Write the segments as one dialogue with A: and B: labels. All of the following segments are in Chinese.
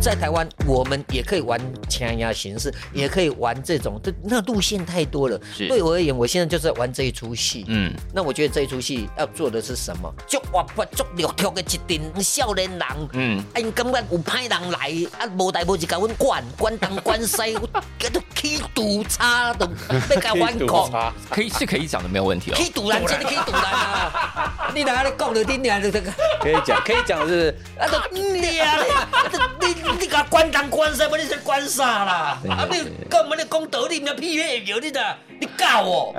A: 在台湾我们也可以玩枪压形式，也可以玩这种，这那路线太多了。
B: 是
A: 对我而言，我现在就是在玩这一出戏。
B: 嗯，
A: 那我觉得这一出戏要做的是什么？就活泼足流跳的一群少年人，
B: 嗯
A: 嗯，啊，因感觉有歹人来，啊，无代无志甲阮管，管东管西， 我都起赌叉，都要甲 阮讲。
C: 啊，
B: 可以是可以讲的，没有问题哦。
A: 去堵人，真的去堵人啊！你哪安尼讲就你娘就这个，
C: 可以讲，可以讲是
A: 啊都你啊你，你你甲管东管西，不你是管啥啦？啊你干嘛你讲道理，你屁眼有你的，你教我。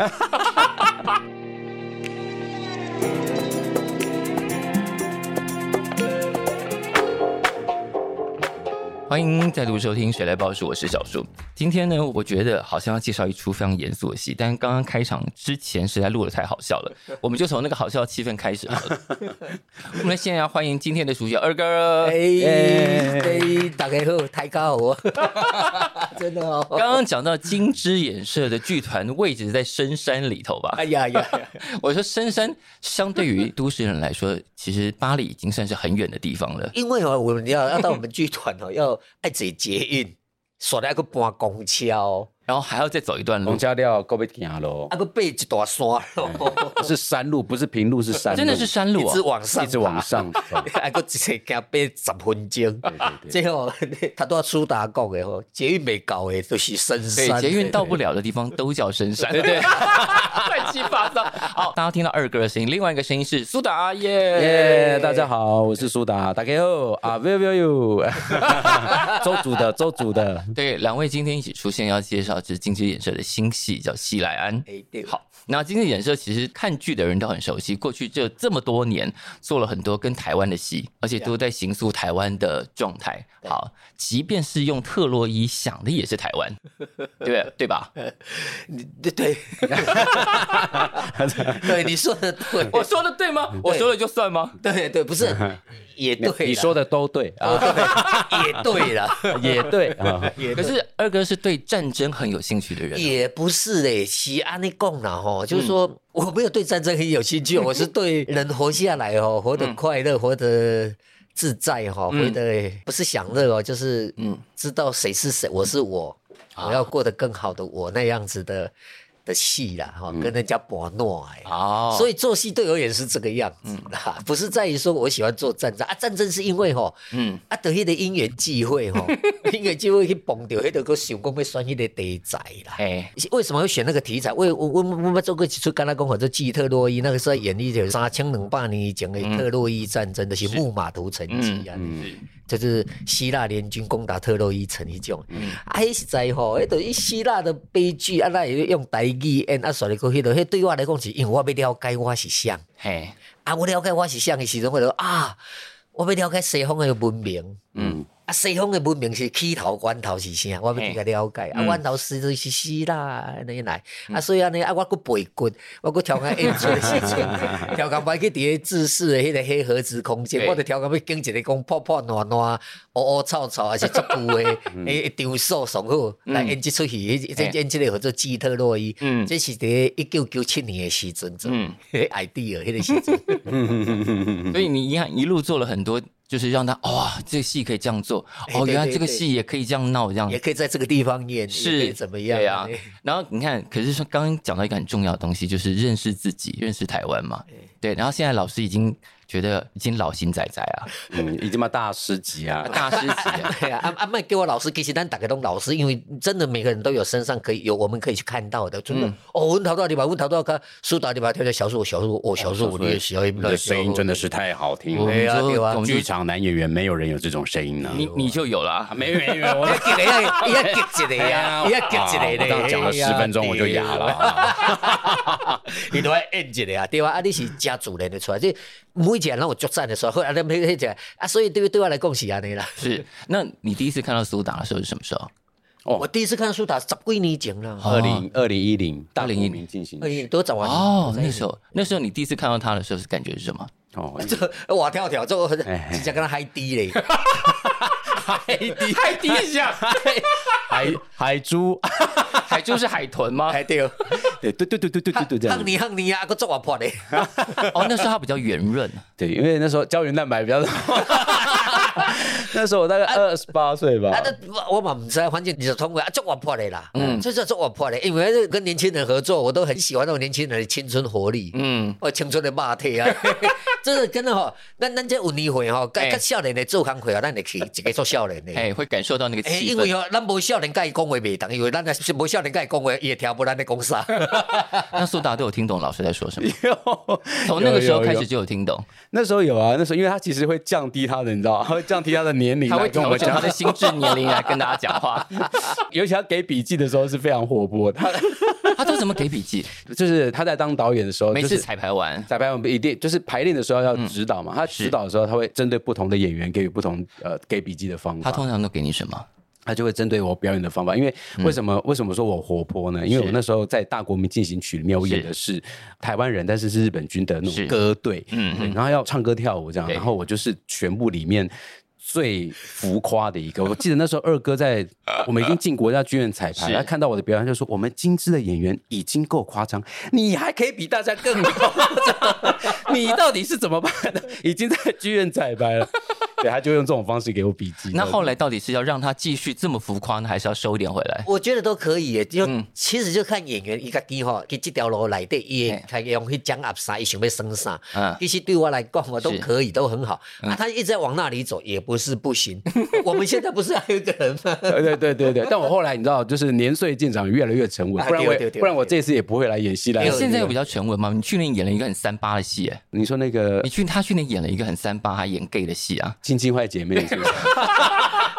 B: 欢迎再度收听《谁来报数》，我是小树。今天呢，我觉得好像要介绍一出非常严肃的戏，但是刚刚开场之前实在录的太好笑了，我们就从那个好笑的气氛开始好了。我们现在要欢迎今天的主角二哥。
A: 哎，对，大家好， 抬高我，真的哦。
B: 刚刚讲到金枝演社的剧团位置在深山里头吧
C: 哎？呀呀，
B: 我说深山相对于都市人来说，其实巴黎已经算是很远的地方了。
A: 因为哦，我们要要到我们剧团哦，要爱坐捷运，耍了还个搬公车哦，
B: 然后还要再走一段路
C: 龙，家料够被行喽
A: 还，个爬一大山哦咯，
C: 是山路，不是平路，是山路，啊
B: 真的是山
A: 一
B: 路
A: 直
B: 哦。
A: 往上，
C: 一直 往，上。
A: 啊还个一直行爬十分钟。
C: 对
A: 最后， 他都要苏达讲的哦，捷运没搞的都是深
B: 对，
A: 山。
B: 捷运到不了的地方都叫深山，对对， 乱七八糟。好，大家听到二哥的声音，另外一个声音是苏打耶
C: 啊耶，大家好，我是苏达，大家好啊，Will Will You，周主的，周主的，
B: 对，两位今天一起出现，要介绍是金枝演社的新戏，叫《西莱安》。
A: 哎，对，
B: 好，那今天演社其实看剧的人都很熟悉，过去这这么多年做了很多跟台湾的戏，而且都在形塑台湾的状态。好，即便是用特洛伊想的也是台 湾，对对吧？
A: 你对对， 对你说的对，
B: 我说的对吗？我说了就算吗？
A: 对对， 不是也对啦，
C: 你说的都对啊，
A: 也对 了，
C: 也对啊，
B: 可是二哥是对战争很有兴趣的人，
A: 也不是嘞，西安尼讲啦
B: 嗯
A: 吼，就是说、我没有对战争很有 兴趣，我是对人活下来哦，活得快乐，活得自在哈、哦，
B: 嗯
A: 活得不是享乐哦，就是
B: 嗯啊
A: 嗯，知道谁是谁，我是我，我要过得更好的我那样子的的戏啦哈、跟人家搏诺哎。
B: 嗯哦，嗯
A: 所
B: 以
A: 以做戏对我也是这个样子啦， 不是在于说我喜欢做战争啊，战争是因为吼，
B: 嗯，
A: 啊，就迄个因缘际会 吼，因缘际会去碰到，迄个个想讲要选迄个题材啦。
B: 哎，
A: 为什么会选那个题材？为我我我们做过几出《甘拉公火》，就记特洛伊，那个时候演绎的三千两百年以前的特洛伊战争，就是木马屠城记啊，
B: 嗯
A: 就是希腊联军攻打特洛伊城一种。啊，迄实在吼，迄就是希腊的悲剧，啊，那也用台语演啊，所以过迄落，迄对我来讲是因为我要了解我是谁。
B: 嘿，
A: 啊，我了解我是啥的时阵，我就啊，我要了解西方的文明。
B: 嗯
C: 嗯，
A: 啊，西方的文明是起头源头是啥？我要去甲了解。啊，
B: 嗯
A: 源头是就是希腊安尼来。啊，所以安尼啊，我佫背骨，我佫调侃演出的时 阵，调侃歹去伫个自视的迄个黑盒子空间，
B: 对
A: 我着调侃要经一个讲破破烂烂、乌乌臭臭，还是足旧 的诶诶场所上好来演即出戏，
B: 嗯嘿
A: 演演即个叫做《基特洛伊》。
B: 嗯
A: 这是伫一九九七年的时阵做
B: 嗯
A: idea 迄个时 阵。嗯
B: 所以你一样一路做了很多，就是让他哇，这个戏可以这样做，
A: 哎
B: 哦，
A: 对
B: 原来
A: 对
B: 这个
A: 对
B: 戏也可以这样闹这样
A: 也可以在这个地方演，
B: 是
A: 也可以怎么样？哎
B: 对啊，然后你看，可是说刚刚讲到一个很重要的东西，就是认识自己，认识台湾
A: 哎
B: 嘛。对，然后现在老师已经觉得已经老心仔仔啊，
C: 嗯，已经嘛大师级啊，
B: 大师级 啊。
A: 对啊，阿阿麦给我老师，其实咱大家都老师，因为真的每个人都有身上可以有我们可以去看到的，真的。哦，问陶到你吧，问陶到看苏打你吧，跳跳小树，小树，哦，小树，我的小树，
C: 你的声音真的是太好听
B: 我
C: 了，
B: 们
A: 对啊
B: 说
A: 对啊
B: 我们就
C: 嗯剧场男演员没有人有这种声音呢。
B: 你你就有了
C: 啊
B: 啊。
C: 没没没，我
A: 给你要要给一个 呀，要给一个
C: 啊我刚
A: 嘞，
C: 刚讲了十分钟我就哑了。啊。
A: 你都要演一个啊，对吧？啊，你是家主人的出来，这每一个人让我作战的时候，啊，那每一个啊，所以对对我来讲是安尼啦。
B: 是，那你第一次看到苏打的时候是什么时候？
C: 哦
A: 我第一次看苏打十几年前了，
B: 哦
C: 二零二零一零，大
B: 2010
C: 零一零进行
A: 二零多早啊？
B: 哦，那时候，那时候你第一次看到他的时候是感觉是什么？
C: 哦，
A: 这哇跳跳，这我直接跟他嗨低嘞，
B: 海底，海底一 下，
C: 海海珠，
B: 海就是海豚吗？
A: 嗨对，
C: 对对对对对对对对，这样
A: 哼。你哼你啊，个做我破嘞，
B: 哦，那时候他比较圆润，
C: 对，因为那时候胶原蛋白比较多， 那时候我大概
B: 啊
C: 二十八岁吧。
A: 啊，那我嘛唔知，反正你就通过啊，足活泼的啦，嗯，这是足活泼的，因为这跟年轻人合作，我都很喜欢那种年轻人的青春活力，
B: 嗯，
A: 我青春的肉体啊， 真的真的吼，咱咱这有年会吼，甲
B: 哎
A: 甲少年的做工课啊，咱会去一个做少年的。
B: 哎，会感受到那个
A: 哎，
B: 气
A: 因为
B: 氛。
A: 吼，咱无少年甲伊讲话袂当，因为咱若是无少年甲伊讲话，伊会听无咱咧讲啥。
B: 那苏达都有听懂老师在说什么，
C: 有
B: 从那个时候
C: 有有
B: 开始就有听懂，
C: 那时候有啊，那时候因为他其实会降低他的，你知道，他会降低他的年龄
B: 他
C: 来
B: 会
C: 跟我
B: 调整
C: 们讲
B: 他，的心智年龄来跟大家讲话。
C: 尤其他给笔记的时候是非常活泼的，他
B: 他都怎么给笔记？
C: 就是他在当导演的时候，
B: 每
C: 就
B: 次
C: 是嗯
B: 彩排完，
C: 彩排我们一定就是排练的时候
B: 嗯
C: 要指导嘛，他指导的时候他会针对不同的演员给予不同呃给笔记的方法，
B: 他通常都给你什么？
C: 他就会针对我表演的方法，因为
B: 嗯
C: 为什么、为什么说我活泼呢？因为我那时候在《大国民进行曲》里面，我演的是台湾人，但是是日本军的那
B: 是
C: 种歌队，
B: 嗯
C: 嗯，然后要唱歌跳舞这样，
B: 对
C: 然后我就是全部里面。最浮夸 的一个，我记得那时候二哥在我们已经进国家剧院彩排，
B: 是
C: 他看到我的表演他就说：“我们精致的演员已经够夸张，你还可以比大家更夸张，你到底是怎么办的？已经在剧院彩排了，对，他就用这种方式给我笔记。
B: 那后来到底是要让他继续这么浮夸呢，还是要收一点回来？
A: 我觉得都可以耶，就、其实就看演员伊家己吼，佮这条路内底伊
B: 嘿
A: 会开用去掌握啥，伊想要升啥。
B: 嗯
A: 其实对我来讲，我都
B: 是
A: 可以，都很好。啊，他一直在往那里走，也不是不行。我们现在不是还有一个人吗？
C: 对对对对对，但我后来你知道，就是年岁渐长，越来越沉稳，
A: 啊
C: 不然我
A: 对对对对
C: 不然我这次也不会来演戏了
A: 没。有
B: 哎现在有比较沉稳吗？你去年演了一个很三八的戏，哎，
C: 你说那个
B: 你去他去年演了一个很三八还演 gay 的戏啊？
C: 亲亲坏姐妹是不是，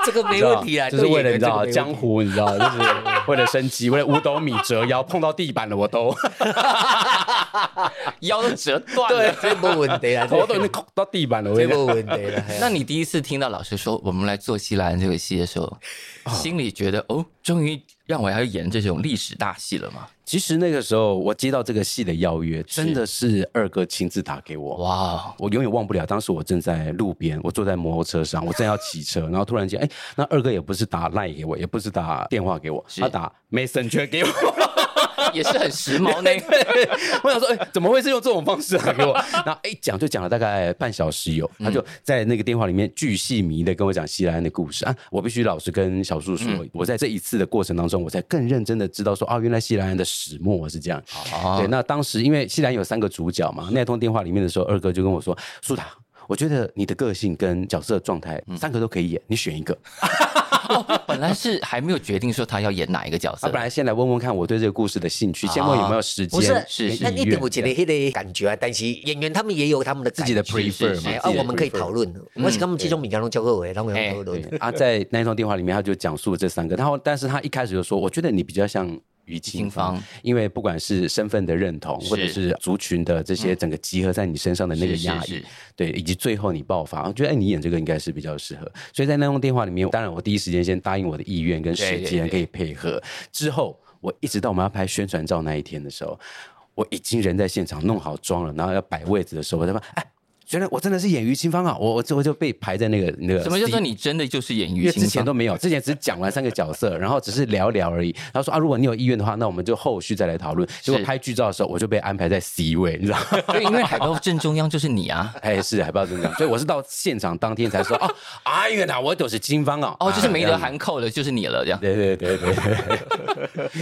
A: 这个 没问题啊，
C: 就是
A: 对
C: 为了
A: 演员
C: 你知
A: 这个
C: 道
A: 没问题
C: 江湖，你知道，就是为了升级，为了五斗米折腰，碰到地板了我 都
B: 腰都折断了。
A: 这没问题啊，
C: 头都已经扣到地板了。我
A: 这
C: 跟你
A: 没
C: 讲
A: 问题了。嘿啊
B: 那你第一次听到老师说我们来做《西兰》这个戏的时候，心里觉得哦，终于让我要演这种历史大戏了嘛？
C: 其实那个时候我接到这个戏的邀约，真的是二哥亲自打给我。
B: 哇，哦
C: 我永远忘不了，当时我正在路边，我坐在摩托车上，我正要骑车，然后突然间，哎，那二哥也不是打 line 给我，也不是打电话给我，
B: 是
C: 他打 messenger 给我。
B: 也是很时髦 呢。
C: 我想说，哎、怎么会是用这种方式来给我？ 然后哎，讲、就讲了大概半小时有，他就在那个电话里面巨细靡的跟我讲西莱安的故事啊。我必须老实跟小树说，我在这一次的过程当中，我才更认真的知道说，哦，原来西莱安的始末是这样。对，那当时因为西莱安有三个主角嘛，那通电话里面的时候，二哥就跟我说，苏达。我觉得你的个性跟角色状态三个都可以演，你选一个。
B: 本来是还没有决定说他要演哪一个角
C: 他
B: 色
C: 啊本，来先来问问看我对这个故事的兴趣，先问有没有时间，
A: 不是，
B: 是
A: 那
C: 意
A: 一定
C: 愿
A: 有一个迄个感觉啊。但是演员他们也有他们的
C: 自己的
A: 感觉
C: prefer 嘛
A: 哎，啊，
C: 自己的
A: 我们可以讨论。我是他们这种物件拢交给我的，拢会
B: 哎
A: 讨论。
C: 对啊，在那一通电话里面，他就讲述了这三个，然后但是他一开始就说，我觉得你比较像。于清
B: 清
C: 芳
B: 芳，
C: 因为不管是身份的认同，
B: 是
C: 或者是族群的这些整个集合在你身上的那个
B: 是是
C: 压抑
B: 是，
C: 对，以及最后你爆发，我觉得哎，你演这个应该是比较适合。所以在那通电话里面，当然我第一时间先答应我的意愿跟时
B: 对对对
C: 间可以配合。之后我一直到我们要拍宣传照那一天的时候，我已经人在现场弄好妆了，然后要摆位置的时候，我就说，哎，原来我真的是演于清芳啊！我我就我就被排在那个那个
B: 什么叫
C: C
B: 做你真的就是演
C: 因为
B: 于
C: 之
B: 清
C: 前
B: 芳？
C: 都没有，之前只是讲完三个角色，然后只是聊聊而已。然后说啊，如果你有意愿的话，那我们就后续再来讨论。结果拍剧照的时候，我就被安排在 C 位， 你知道吗？
B: 对，因为海报正中央就是你啊。
C: 哎，是还不知道怎么讲，所以我是到现场当天才说哦，啊，原来我就是金方 哦，
B: 哦，就是没得
C: 啊。
B: 含扣的，就是你了这样。
C: 对对对对对，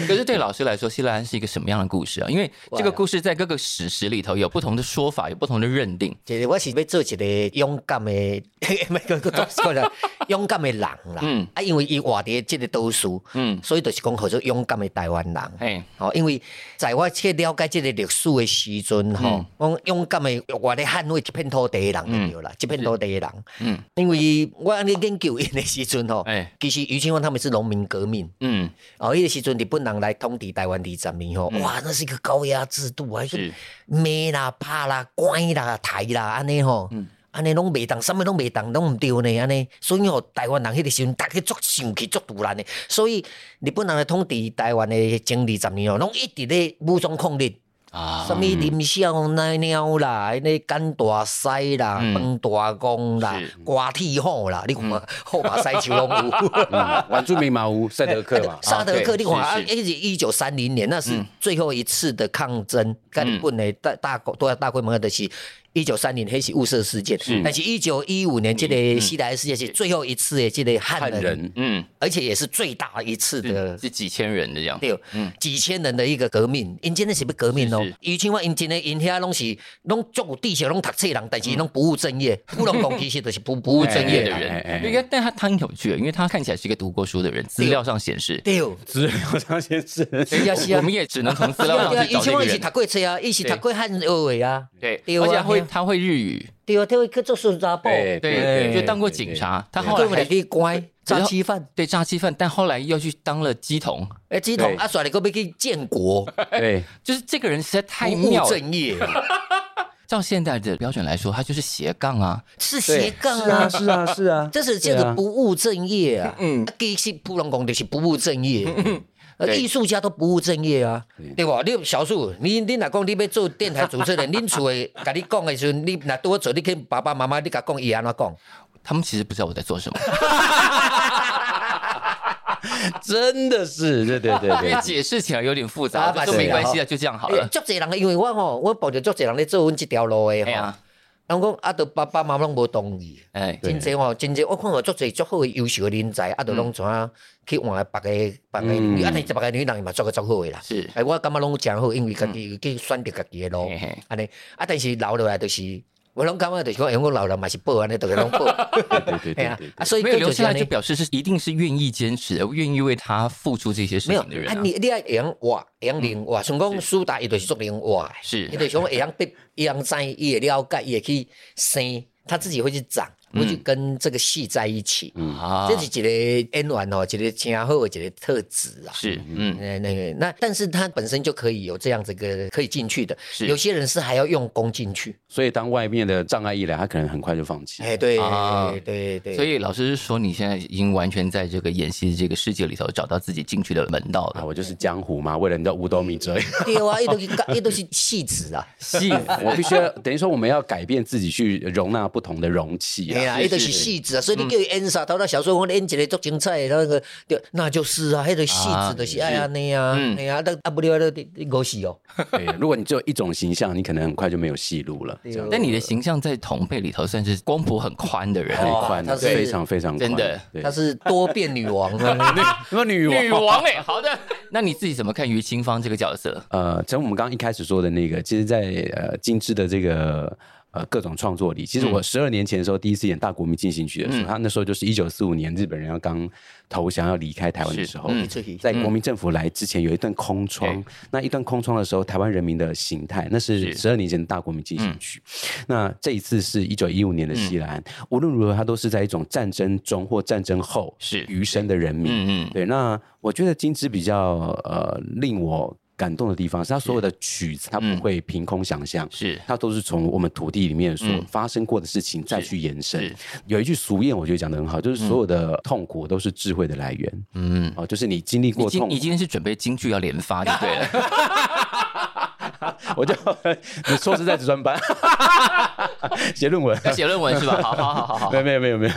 B: 可是对老师来说，《希拉安》是一个什么样的故事啊？因为这个故事在各个史实里头有不同的说法，有不同的认定。
A: 就是我是要做一个勇敢的， 唔系个个作啦， 勇敢的人啦。
B: 嗯
A: 啊，因为伊活伫即个岛屿，
B: 嗯，
A: 所以就是讲，号做勇敢的台湾人。
B: 哎，
A: 哦，因为在我去了解即个历史的时阵，吼、
B: 嗯
A: 我勇敢的我咧捍卫一片土地的人就对啦，一片土地的人。
B: 嗯
A: 因为我安尼研究因的时阵吼，
B: 哎
A: 其实于清芳他们是农民革命。
B: 嗯，
A: 哦，迄个时阵日本人来统治台湾二十年吼，哇，那是一个高压制度啊，
B: 是
A: 骂啦、拍啦、关啦、抬啦，安尼吼，
B: 嗯
A: 安尼拢袂当，啥物拢袂当，拢毋对呢，安尼。所以吼，台湾人迄个时阵，逐个足生气、足突然的，所以日本人来统治台湾的前二十年哦，拢一直咧武装抗日。
B: 啊
A: 什么林小奶鸟啦，迄个干大西啦、
B: 嗯
A: 饭大公啦
B: 是、嗯
A: 瓜铁虎啦，你看嘛，虎马西球拢 有。
C: 嗯原住民马屋赛德克嘛，
A: 沙德克，你
B: 对
A: 看啊，
B: 是是嗯
A: 一直一九三零年，那是最后一次的抗争，跟日本的大大大规模的是一九三零黑旗雾社事件，但是一九一五年这个西来事件是最后一次的这个汉
C: 汉
A: 人，
C: 人
B: 嗯，
A: 而且也是最大一次的
B: 是是几千人的这样，
A: 对，几千人的一个革命，因真的是要革命哦
B: 是是。
A: 以前我因真的因遐拢是拢足有地球拢读册人，但是拢不务正业，
B: 嗯
A: 不能讲其实就是不不务正
B: 专
A: 业
B: 业 的
A: 的人。
C: 哎哎哎
B: 人，应该，但他他很有趣，因为他看起来是一个读过书的人，资料上显示，
A: 对，
C: 资料上先是
B: 哦
A: 是啊是
B: 我
A: 啊
B: 们，也只能从资料
A: 对啊，
B: 上
A: 以
B: 去找这
A: 前我
B: 个
A: 也是
B: 人
A: 读。过册啊，伊是
B: 对
A: 读过汉二的啊，
B: 对，
A: 对啊
B: 而且他会
A: 对啊
B: 他会日语，
A: 对啊，他会去做巡查哦报，
C: 对
B: 对，
C: 对
B: 就当过警察，他后
A: 哎对哎
B: 来
A: 不对？
B: 还
A: 你乖，炸鸡饭，
B: 对诈欺犯，但后来又去当了鸡童，
A: 哎，鸡桶
C: 对
A: 啊，甩了个要去建国，
C: 对，
B: 就是这个人实在太
A: 不务
B: 妙了。
A: 正业，
B: 照现代的标准来说，他就是斜杠啊，
A: 是
C: 对
A: 斜杠
C: 是啊
A: 啊，
C: 是啊是 啊，
A: 这是叫
C: 对
A: 做
C: 啊
A: 不务正业啊。
B: 嗯
A: 嗯，其实普通讲就是不务正业。呃，
B: 对
A: 艺术家都不务正业啊，对吧？你小树，你你若讲你要做电台主持人， 恁厝的甲你讲的时阵，你若拄好做，你跟爸爸妈妈你甲讲伊安怎讲？
B: 他们其实不知道我在做什么。
C: 真的是，对对对
B: 因为
C: 对，
B: 解释起来有点复杂，
A: 啊把
B: 就说没
A: 这个
B: 关系
A: 好
B: 啊，就这样好
A: 哎
B: 了。
A: 足侪人，因为我吼，我碰着足侪人咧做阮即条路的
B: 哎
A: 吼
B: 呀，，
A: 人讲啊，都爸爸妈妈拢无同意。
B: 哎，
C: 对
A: 真济吼，真济，我看到足侪足好诶优秀诶人才，啊，都
B: 嗯
A: 拢怎啊去换别个别个女，啊，但是别个女人嘛做个足好诶啦。
B: 是嗯
A: 哎，我感觉拢真好，因为家己有去选择家己诶路
B: 嘿嘿，
A: 安尼。啊，但是留落来就是，我拢感觉就是讲，因为哎我老了嘛是报安尼，就是 拢报。
C: 对对
A: 哎
C: 对
A: 呀
C: 对，
A: 啊，所以
B: 没有留
A: 就
B: 下
A: 是
B: 来
A: 安
B: 就
A: 尼。
B: 表示是一定是愿意坚持的，愿意为他付出这些事
A: 没有，
B: 情的人
A: 啊
B: 啊。嗯
A: 你你爱会晓活，会晓灵活，像讲苏达伊就是做灵活的，
B: 是
A: 伊就是讲会晓被伊晓知，伊会了解，伊会去生，他自己会去长，
B: 嗯
A: 会去跟这个戏在一起。
B: 啊
A: 嗯这是一个演员哦，一个真好的一个特质啊。
B: 是嗯
A: 那那个那，但是他本身就可以有这样子一个可以进去的，
B: 是
A: 有些人是还要用功进去。
C: 所以当外面的障碍一来，他可能很快就放弃。
A: 哎，对
B: 啊
A: 对对，
B: 所以老师说，你现在已经完全在这个演戏的这个世界里头找到自己进去的门道
C: 啊，
B: 了。
C: 我就是江湖嘛，为了你的五斗米折腰，
A: 对 啊，伊都是伊都是戏子啊，
B: 戏
C: 我必须要等于说我们要改变自己去容纳不同的容器
A: 哎
C: 啊。
A: 呀，
B: 是
A: 伊都是
B: 是嗯
A: 戏子啊，所以你叫伊演啥，头到小说我演一个足精彩的那个，对，那就是啊，迄个戏
B: 啊
A: 子就是爱安尼啊
B: 嗯，
A: 哎呀，那啊不了那五死哦，
C: 对如果你只有一种形象，你可能很快就没有戏路了。这样
A: 嗯
B: 但你的形象在同辈里头算是光谱很宽的人，啊
C: 很
A: 哦
C: 宽
A: 她
C: 的，
A: 是
C: 非常非常宽
B: 真的
C: 对
A: 她是多变女王啊，
C: 什么女王？
B: 王哎、好的。那你自己怎么看于清芳这个角色？
C: 呃，像我们刚刚一开始说的那个，其实在，呃金枝的这个呃各种创作里，其实我十二年前的时候第一次演《大国民进行曲》的时候，他那时候就是一九四五年日本人要刚投降要离开台湾的时候，
B: 是嗯
A: 哦出去
C: 在国民政府来之前有一段空窗，
B: 对
C: 那一段空窗的时候，台湾人民的形态，那是
B: 是嗯
C: 十二年前的《大国民进行曲》那这一次是一九一五年的西兰，无论如何，它都是在一种战争中或战争后
B: 是
C: 余生的人民，
B: 嗯嗯，
C: 对，那我觉得金枝比较呃令我感动的地方是，它所有的曲子它不会凭空想象。
B: 嗯是
C: 它都是从我们土地里面所
B: 嗯
C: 发生过的事情再去延伸
B: 是。
C: 有一句俗谚，我觉得讲的很好，就是所有的痛苦都是智慧的来源。
B: 嗯。
C: 哦，就是你经历
B: 你
C: 过
B: 今
C: 痛苦
B: 你，今天是准备京剧要连发就对 了，
C: 我就 你硕士在职专班 写论文。
B: 要写论文是吧？好好好 好好
C: 没，有没有没有没有，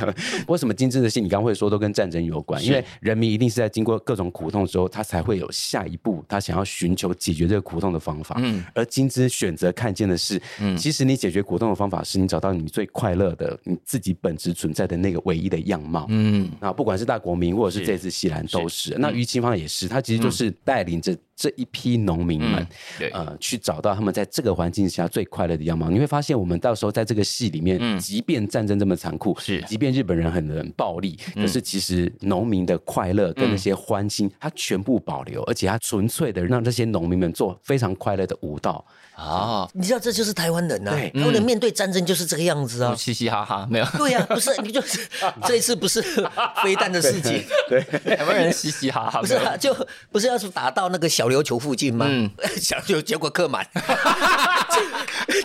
C: 为什么金枝的戏你刚刚会说都跟战争有关？因为人民一定是在经过各种苦痛之后，他才会有下一步，他想要寻求解决这个苦痛的方法。
B: 嗯
C: 而金枝选择看见的是，其实你解决苦痛的方法是你找到你最快乐的、你自己本质存在的那个唯一的样貌。
B: 嗯，
C: 啊，不管是大国民或者是
B: 是
C: 这次西兰都是，嗯那于清芳也是，他其实就是带领着这一批农民们，
B: 对
A: 啊
C: 呃，去找到他们在这个环境下最快乐的样貌。你会发现，我们到时候在这个戏里面，即便战争这么残酷，
B: 是
C: 即便日本人很很暴力，可是其实农民的快乐跟那些欢欣，他全部保留，而且他纯粹的让这些农民们做非常快乐的舞蹈。
B: 啊，
A: 你知道这就是台湾人呐、啊
C: 对，
A: 台湾
B: 嗯
A: 人面对战争就是这个样子啊。
B: 嘻嘻哈哈，没有
A: 对呀、 不是你就是这一次不是飞弹的事情，
B: 台湾人嘻嘻哈
A: 不
B: 哈，没
A: 是
B: 有
A: 啊，就不是要是打到那个小琉球附近吗？
B: 嗯
A: 小琉球结果客 满，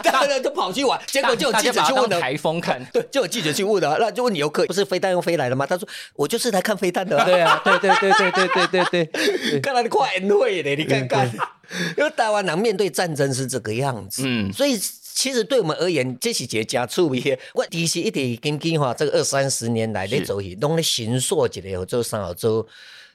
A: 大家就跑去玩，结果就有
B: 大
A: 记
B: 家
A: 者
B: 把它
A: 去问
B: 当
A: 了。
B: 台风看，
A: 对，就有记者去问了，那就问游客，不是飞弹又飞来了吗？他说我就是来看飞弹 的、啊，
C: 对啊，对对对对对对对对。
A: 看来你快宴会的，你看看，因为台湾人面对战争是这个样子，
B: 嗯
A: 嗯，所以其实对我们而言，这是一个加趣味的。我其实一直根据哈，这个二三十年来咧做戏，拢咧形塑一个叫做啥叫做。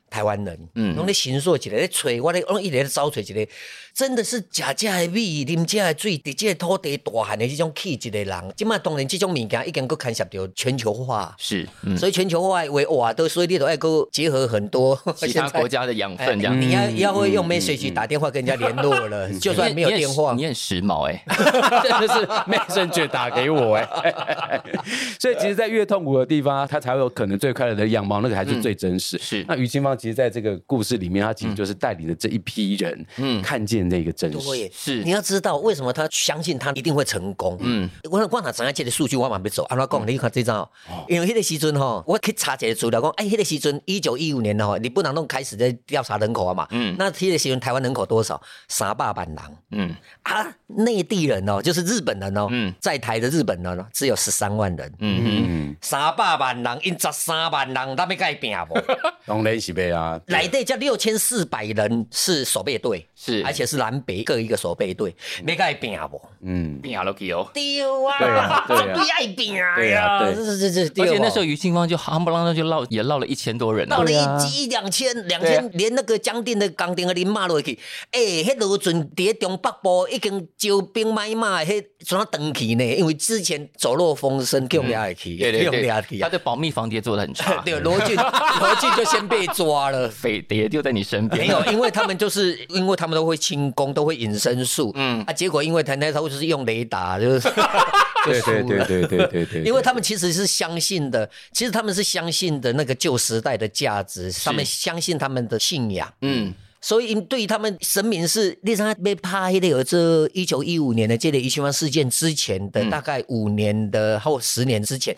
A: 台湾人，
B: 嗯
A: 嗯，拢咧寻索一个咧找，我咧拢一直咧找找一个，真的是食遮的米、啉遮的水，伫这个土地大汉的这种气质的人，即马当然这种物件已经佫牵涉到全球化，
B: 是，嗯，
A: 所以全球化的话，哇，都所以你都爱佫结合很多
B: 其他
A: 现
B: 国。
A: 在
B: 家的养
A: 哎
B: 分这样。
A: 你要要会用
C: 嗯嗯
A: message 打电话跟人家联络了，就算没有
B: 你也
A: 电话
B: 你，很时髦哎、
C: 真的是 Messenger 打给我哎、 所以其实，在越痛苦的地方，他才会有可能最快乐的样貌，那个还是最真实。
B: 是
C: 那于清芳其实在这个故事里面，他其实就是带领了这一批人，嗯，看见那个真实
A: 对。
B: 是
A: 你要知道为什么他相信他一定会成功。嗯，我我哪知影这个数据我嘛要做，安怎讲？你看这张哦，因为迄个时阵吼，我去查一个资料，讲哎，迄个时阵一九一五年吼，日本人拢开始在调查人口啊嘛。嗯，那迄个时阵台湾人口多少？三百万人
B: 嗯，
A: 啊，内地人哦，就是日本人哦，在台的日本人哦，只有十三万人。
B: 嗯
C: 嗯，
A: 三百万人，因十三万人，他们该拼无？
C: 当然是呗啊，
A: 来的这六千四百人是守备队，
B: 是
A: 而且是南北各一个守备队，没该拼无？
C: 嗯，
B: 变阿 Loki 哦。
A: 丢啊，
C: 对啊对啊
A: 绝对爱拼啊，
C: 对啊对
A: 这这这，对
B: 而且那
A: 吧
B: 时候于清芳就夯不啷当就落也落了一千多人
A: 到
B: 啊
A: 了，
C: 对啊
A: 一一两千两
B: 对啊
A: 千，连那个江定的江定的林骂落去，哎，迄罗船伫咧中北部已经招兵买马，迄船啊断去呢，因为之前走漏风声，叫掠下
B: 嗯
A: 去，叫掠去
B: 他
A: 啊，
B: 的保密防谍做的很差，
A: 对，罗俊罗俊就先被抓了。
B: 匪谍就在你身
A: 没
B: 边，
A: 有，因为他们就是因为他们都会轻功，都会隐身术，嗯啊，结果因为谭台涛就是用雷达，就是 就
C: 对
A: 输
C: 对对
A: 了。
C: 对对对对，
A: 因为他们其实是相信的，其实他们是相信的那个旧时代的价值，他们相信他们的信仰，
B: 嗯，
A: 所以对于他们神明是，你知道被拍黑的有这一九一五年的这个一千万事件之前
C: 嗯
A: 的、大概五年的或十年之前，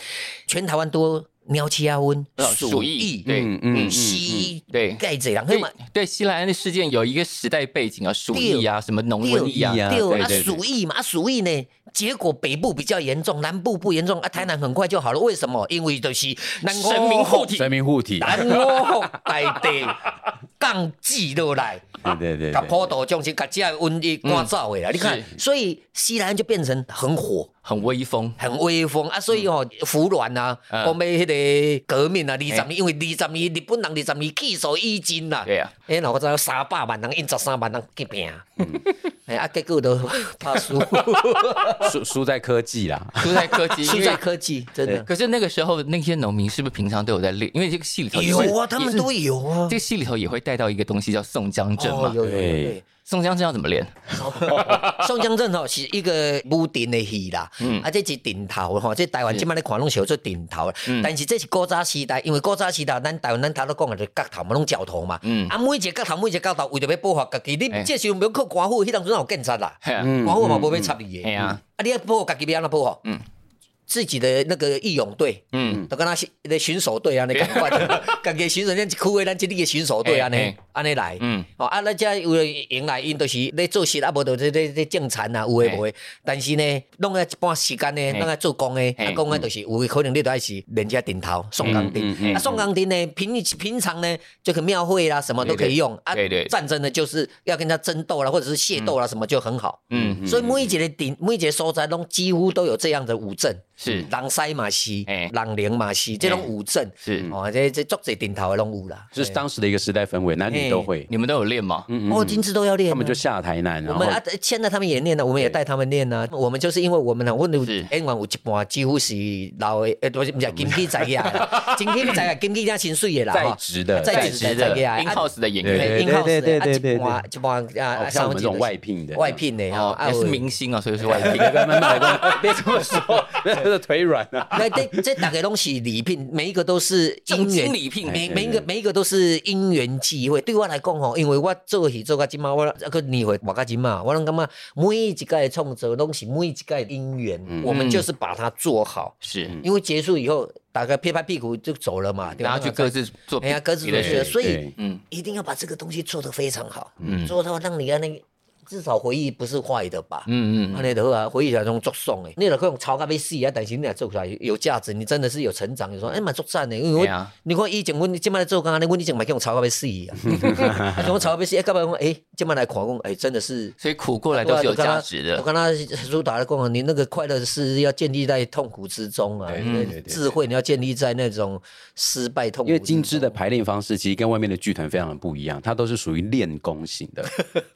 A: 全台湾都喵七阿温
C: 哦
B: 呃鼠疫，对，
C: 嗯嗯嗯
A: 西
B: 对
A: 盖这样，
B: 对
A: 那么
B: 对，希莱安的事件有一个时代背景啊，鼠疫啊，什么农瘟疫啊，
C: 对
A: 对
C: 对
A: 啊，
C: 对
A: 鼠疫嘛，啊鼠疫呢，结果北部比较严重，南部不严重啊，台南很快就好了。为什么？因为就是南国
B: 神明护体
C: 神明护体，
A: 南国大 地降季落来，
C: 对对对
A: 甲
C: 对，
A: 普渡重心，甲这瘟疫赶走的啦。你看，所以西兰就变成很火。
B: 很威风，
A: 很威风啊，所以哦，服软啊，
B: 嗯
A: 讲要迄个革命啊，二十年，因为二十年日本人二十年气数已尽啦。
B: 对啊，
A: 哎，那我知道三百万人，因十三万人去拼，
B: 嗯
A: 哎啊，结果都 怕输，
C: 输输在科技啦，
B: 输在科 技，
A: 输
B: 因为
A: 在科技，真的
B: 可是那个时候那些农民是不是平常都有在练？因为这个戏里头也会
A: 有啊，他们都有啊
B: 这。个戏里头也会带到一个东西叫宋江阵嘛
A: 哦，，有有有
C: 对
A: 对，
B: 宋江阵要怎么练？
A: 宋江镇吼是一个武顶的戏啦，啊，这是顶头吼，这台湾即摆咧看拢小做顶头，但是这是古早时代，因为古早时代咱台湾咱头都讲的就是角头嘛，拢角头嘛，啊，每一个角头每一个角头为着要保护家己，
B: 哎
A: 你这时候不用靠官府，迄当阵有警察啦，
B: 嘿啊
A: 官府嘛无要插你
B: 哎
A: 的，
B: 呀，
A: 啊，你要保护家己要安怎保护？自己的那个义勇队，
B: 嗯
A: 嗯，就跟那那巡守队 啊，你赶快，感觉 巡守咱一区的咱这里的巡守队啊，
B: 嘿嘿
A: 呢，安尼来，
B: 嗯
A: 嗯，哦，啊，咱遮有的迎来因都是咧做事啊，无就咧咧咧种田啊，有诶无诶，但是呢，弄啊一半时间呢，弄啊做工诶，
B: 嘿嗯
A: 啊工诶，就是有的可能你都爱是人家顶头送钢
C: 嗯
A: 钉，啊送钢钉呢，平平常呢，就可以庙会啦什么都可以用，啊
B: 对对对
A: 战争呢就是要跟他争斗啦，或者是械斗啦什么就很好，
B: 嗯，
A: 所以每一个顶每一个所在拢几乎都有这样的武阵。
B: 是
A: 人西嘛是，
B: 嘿
A: 人灵嘛是，这种武阵
B: 是，
A: 哦，这这足侪顶头的拢有啦。
C: 嗯就是当时的一个时代氛围，男女都会，
B: 你们都有练吗？
A: 哦，金枝都要练啊，
C: 嗯他们就哦下台南，然
A: 我
C: 后
A: 们啊，现在他们也练了，我们也带他们练啊。我们就是因为我们啊，我们有
B: 是
A: 演员有一半几乎是老的，呃，不是不是金鸡仔 啊，金鸡仔啊，金鸡仔薪水的啦，
C: 在
A: 哈
C: 职的，
A: 在职
B: 是
A: 的
B: 的
A: 这个啊
B: ，in house 的演
C: 对
B: 员。
A: 嘿 in-house
C: 对对
A: 的啊
C: 对对
A: 一半一半啊
C: 哦
A: 啊，
C: 像我
A: 三
C: 们
A: 分
C: 这
A: 之一
C: 种外聘的
A: 外聘的
B: 哦，
A: 啊，
B: 也是
A: 有
B: 明星啊，所以是外聘。
C: 慢慢慢慢，别这么说，这腿软啊了。
A: 那这这大概都是礼聘，每一个都是
B: 正
A: 姻
B: 经
A: 缘
B: 礼聘
A: 每
C: 哎
A: 每一
C: 对对
A: 个
C: 对
A: 每一个都是因缘际会。对我来讲吼，因为我做戏做到即嘛，我这个年会活到即嘛，我拢感觉每一届的创作拢是每一届的因缘，我们就是把它做好。
B: 是，
A: 因为结束以后，大概拍拍屁股就走了嘛，对吧啊
B: 大家去各自做
A: 哎呀各自
B: 别的
A: 做
B: 事
A: 事，所以
C: 对
B: 嗯
A: 一定要把这个东西做得非常好，做到让你啊那个至少回忆不是坏的吧？
B: 嗯嗯
A: 安尼就好啊，回忆起来种作爽诶。你若可能吵到要死啊，但是你若做出来有价值，你真的是有成长。你说，哎嘛作赞诶，因为
B: 对
A: 我
B: 啊
A: 你看以前阮即摆咧做工安尼，阮以前嘛叫人吵到要死啊，啊叫我吵到要死，哎，到尾讲，哎，即摆来看讲，哎，真的是。
B: 所以苦过来都是有价值
A: 我
B: 的。
A: 跟他苏打的共你那个快乐是要建立在痛苦之中啊，
C: 对
A: 那
C: 对对对
A: 智慧你要建立在那种失败痛苦
C: 因
A: 之中。啊
C: 为金枝的排练方式其实跟外面的剧团非常的不一样，它都是属于练功型 的。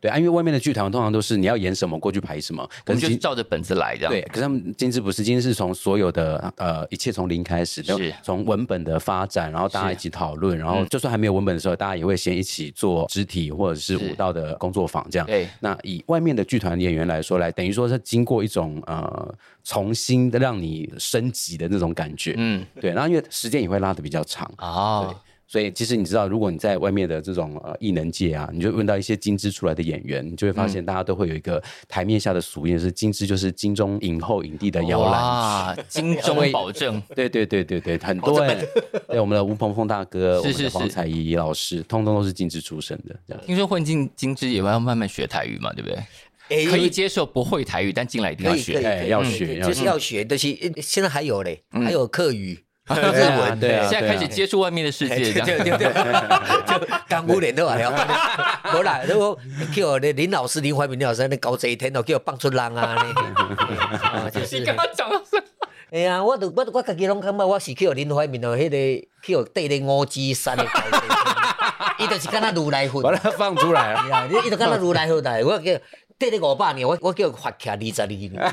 C: 对啊，因为外面的剧团通常都是你要演什么过去排什么，
B: 我
C: 可
B: 们
C: 是
B: 就
C: 金
B: 照着本子来这样。
C: 对，可是他们金枝不是，金枝是从所有的呃一切从零开始，就是从文本的发展，然后大家
B: 是嗯
C: 一起讨论，然后就算还没有文本的时候，大家也会先一起做肢体或者
B: 是
C: 是舞蹈的工作坊这样。
B: 对
C: 那以外面的剧团演员来说，来等于说是经过一种呃重新让你升级的那种感觉，
B: 嗯，
C: 对。然后因为时间也会拉的比较长，
B: 哦，
C: 所以其实你知道，如果你在外面的这种呃艺能界啊，你就问到一些金枝出来的演员，你就会发
B: 嗯
C: 现大家都会有一个台面下的俗谚，是金枝就是金钟影后影帝的摇篮。
B: 哇， 金钟保证，
C: 对对对对对，很多哎、对我们的吴鹏鹏大哥，
B: 是是
C: 我们
B: 是
C: 的黄彩怡老师，通通都是金枝出身的，这样
B: 听说混进金枝也要慢慢学台语嘛，对不对？
A: 哎
B: 可以接受不会台语，但进来一定
A: 可
B: 要
A: 以可以
B: 学。
C: 哎
A: 可以
C: 要
A: 可以
C: 学
A: 可以
C: 要
A: 就是
C: 学
A: 要学，但是哎现在还有嘞，还有客语。日
C: 对啊
A: 文
C: 对啊
B: 现在开始接触外面的世界，这
A: 对对
B: 样。
A: 对，就干五年都还要。无啦，如果叫我的林老师、林怀民林老师，你搞这一天哦，叫我放出人啊！你啊就是
B: 你刚刚讲到是
A: 哎呀，我都我我家己拢感觉我是去互林怀民哦，迄个去互缀咧五指山的高地，伊就是敢若如来佛，
C: 把它放出来啊了。
A: 哎呀你伊就敢若如来佛来，我叫缀咧五百年，我我叫罚徛二十二 年，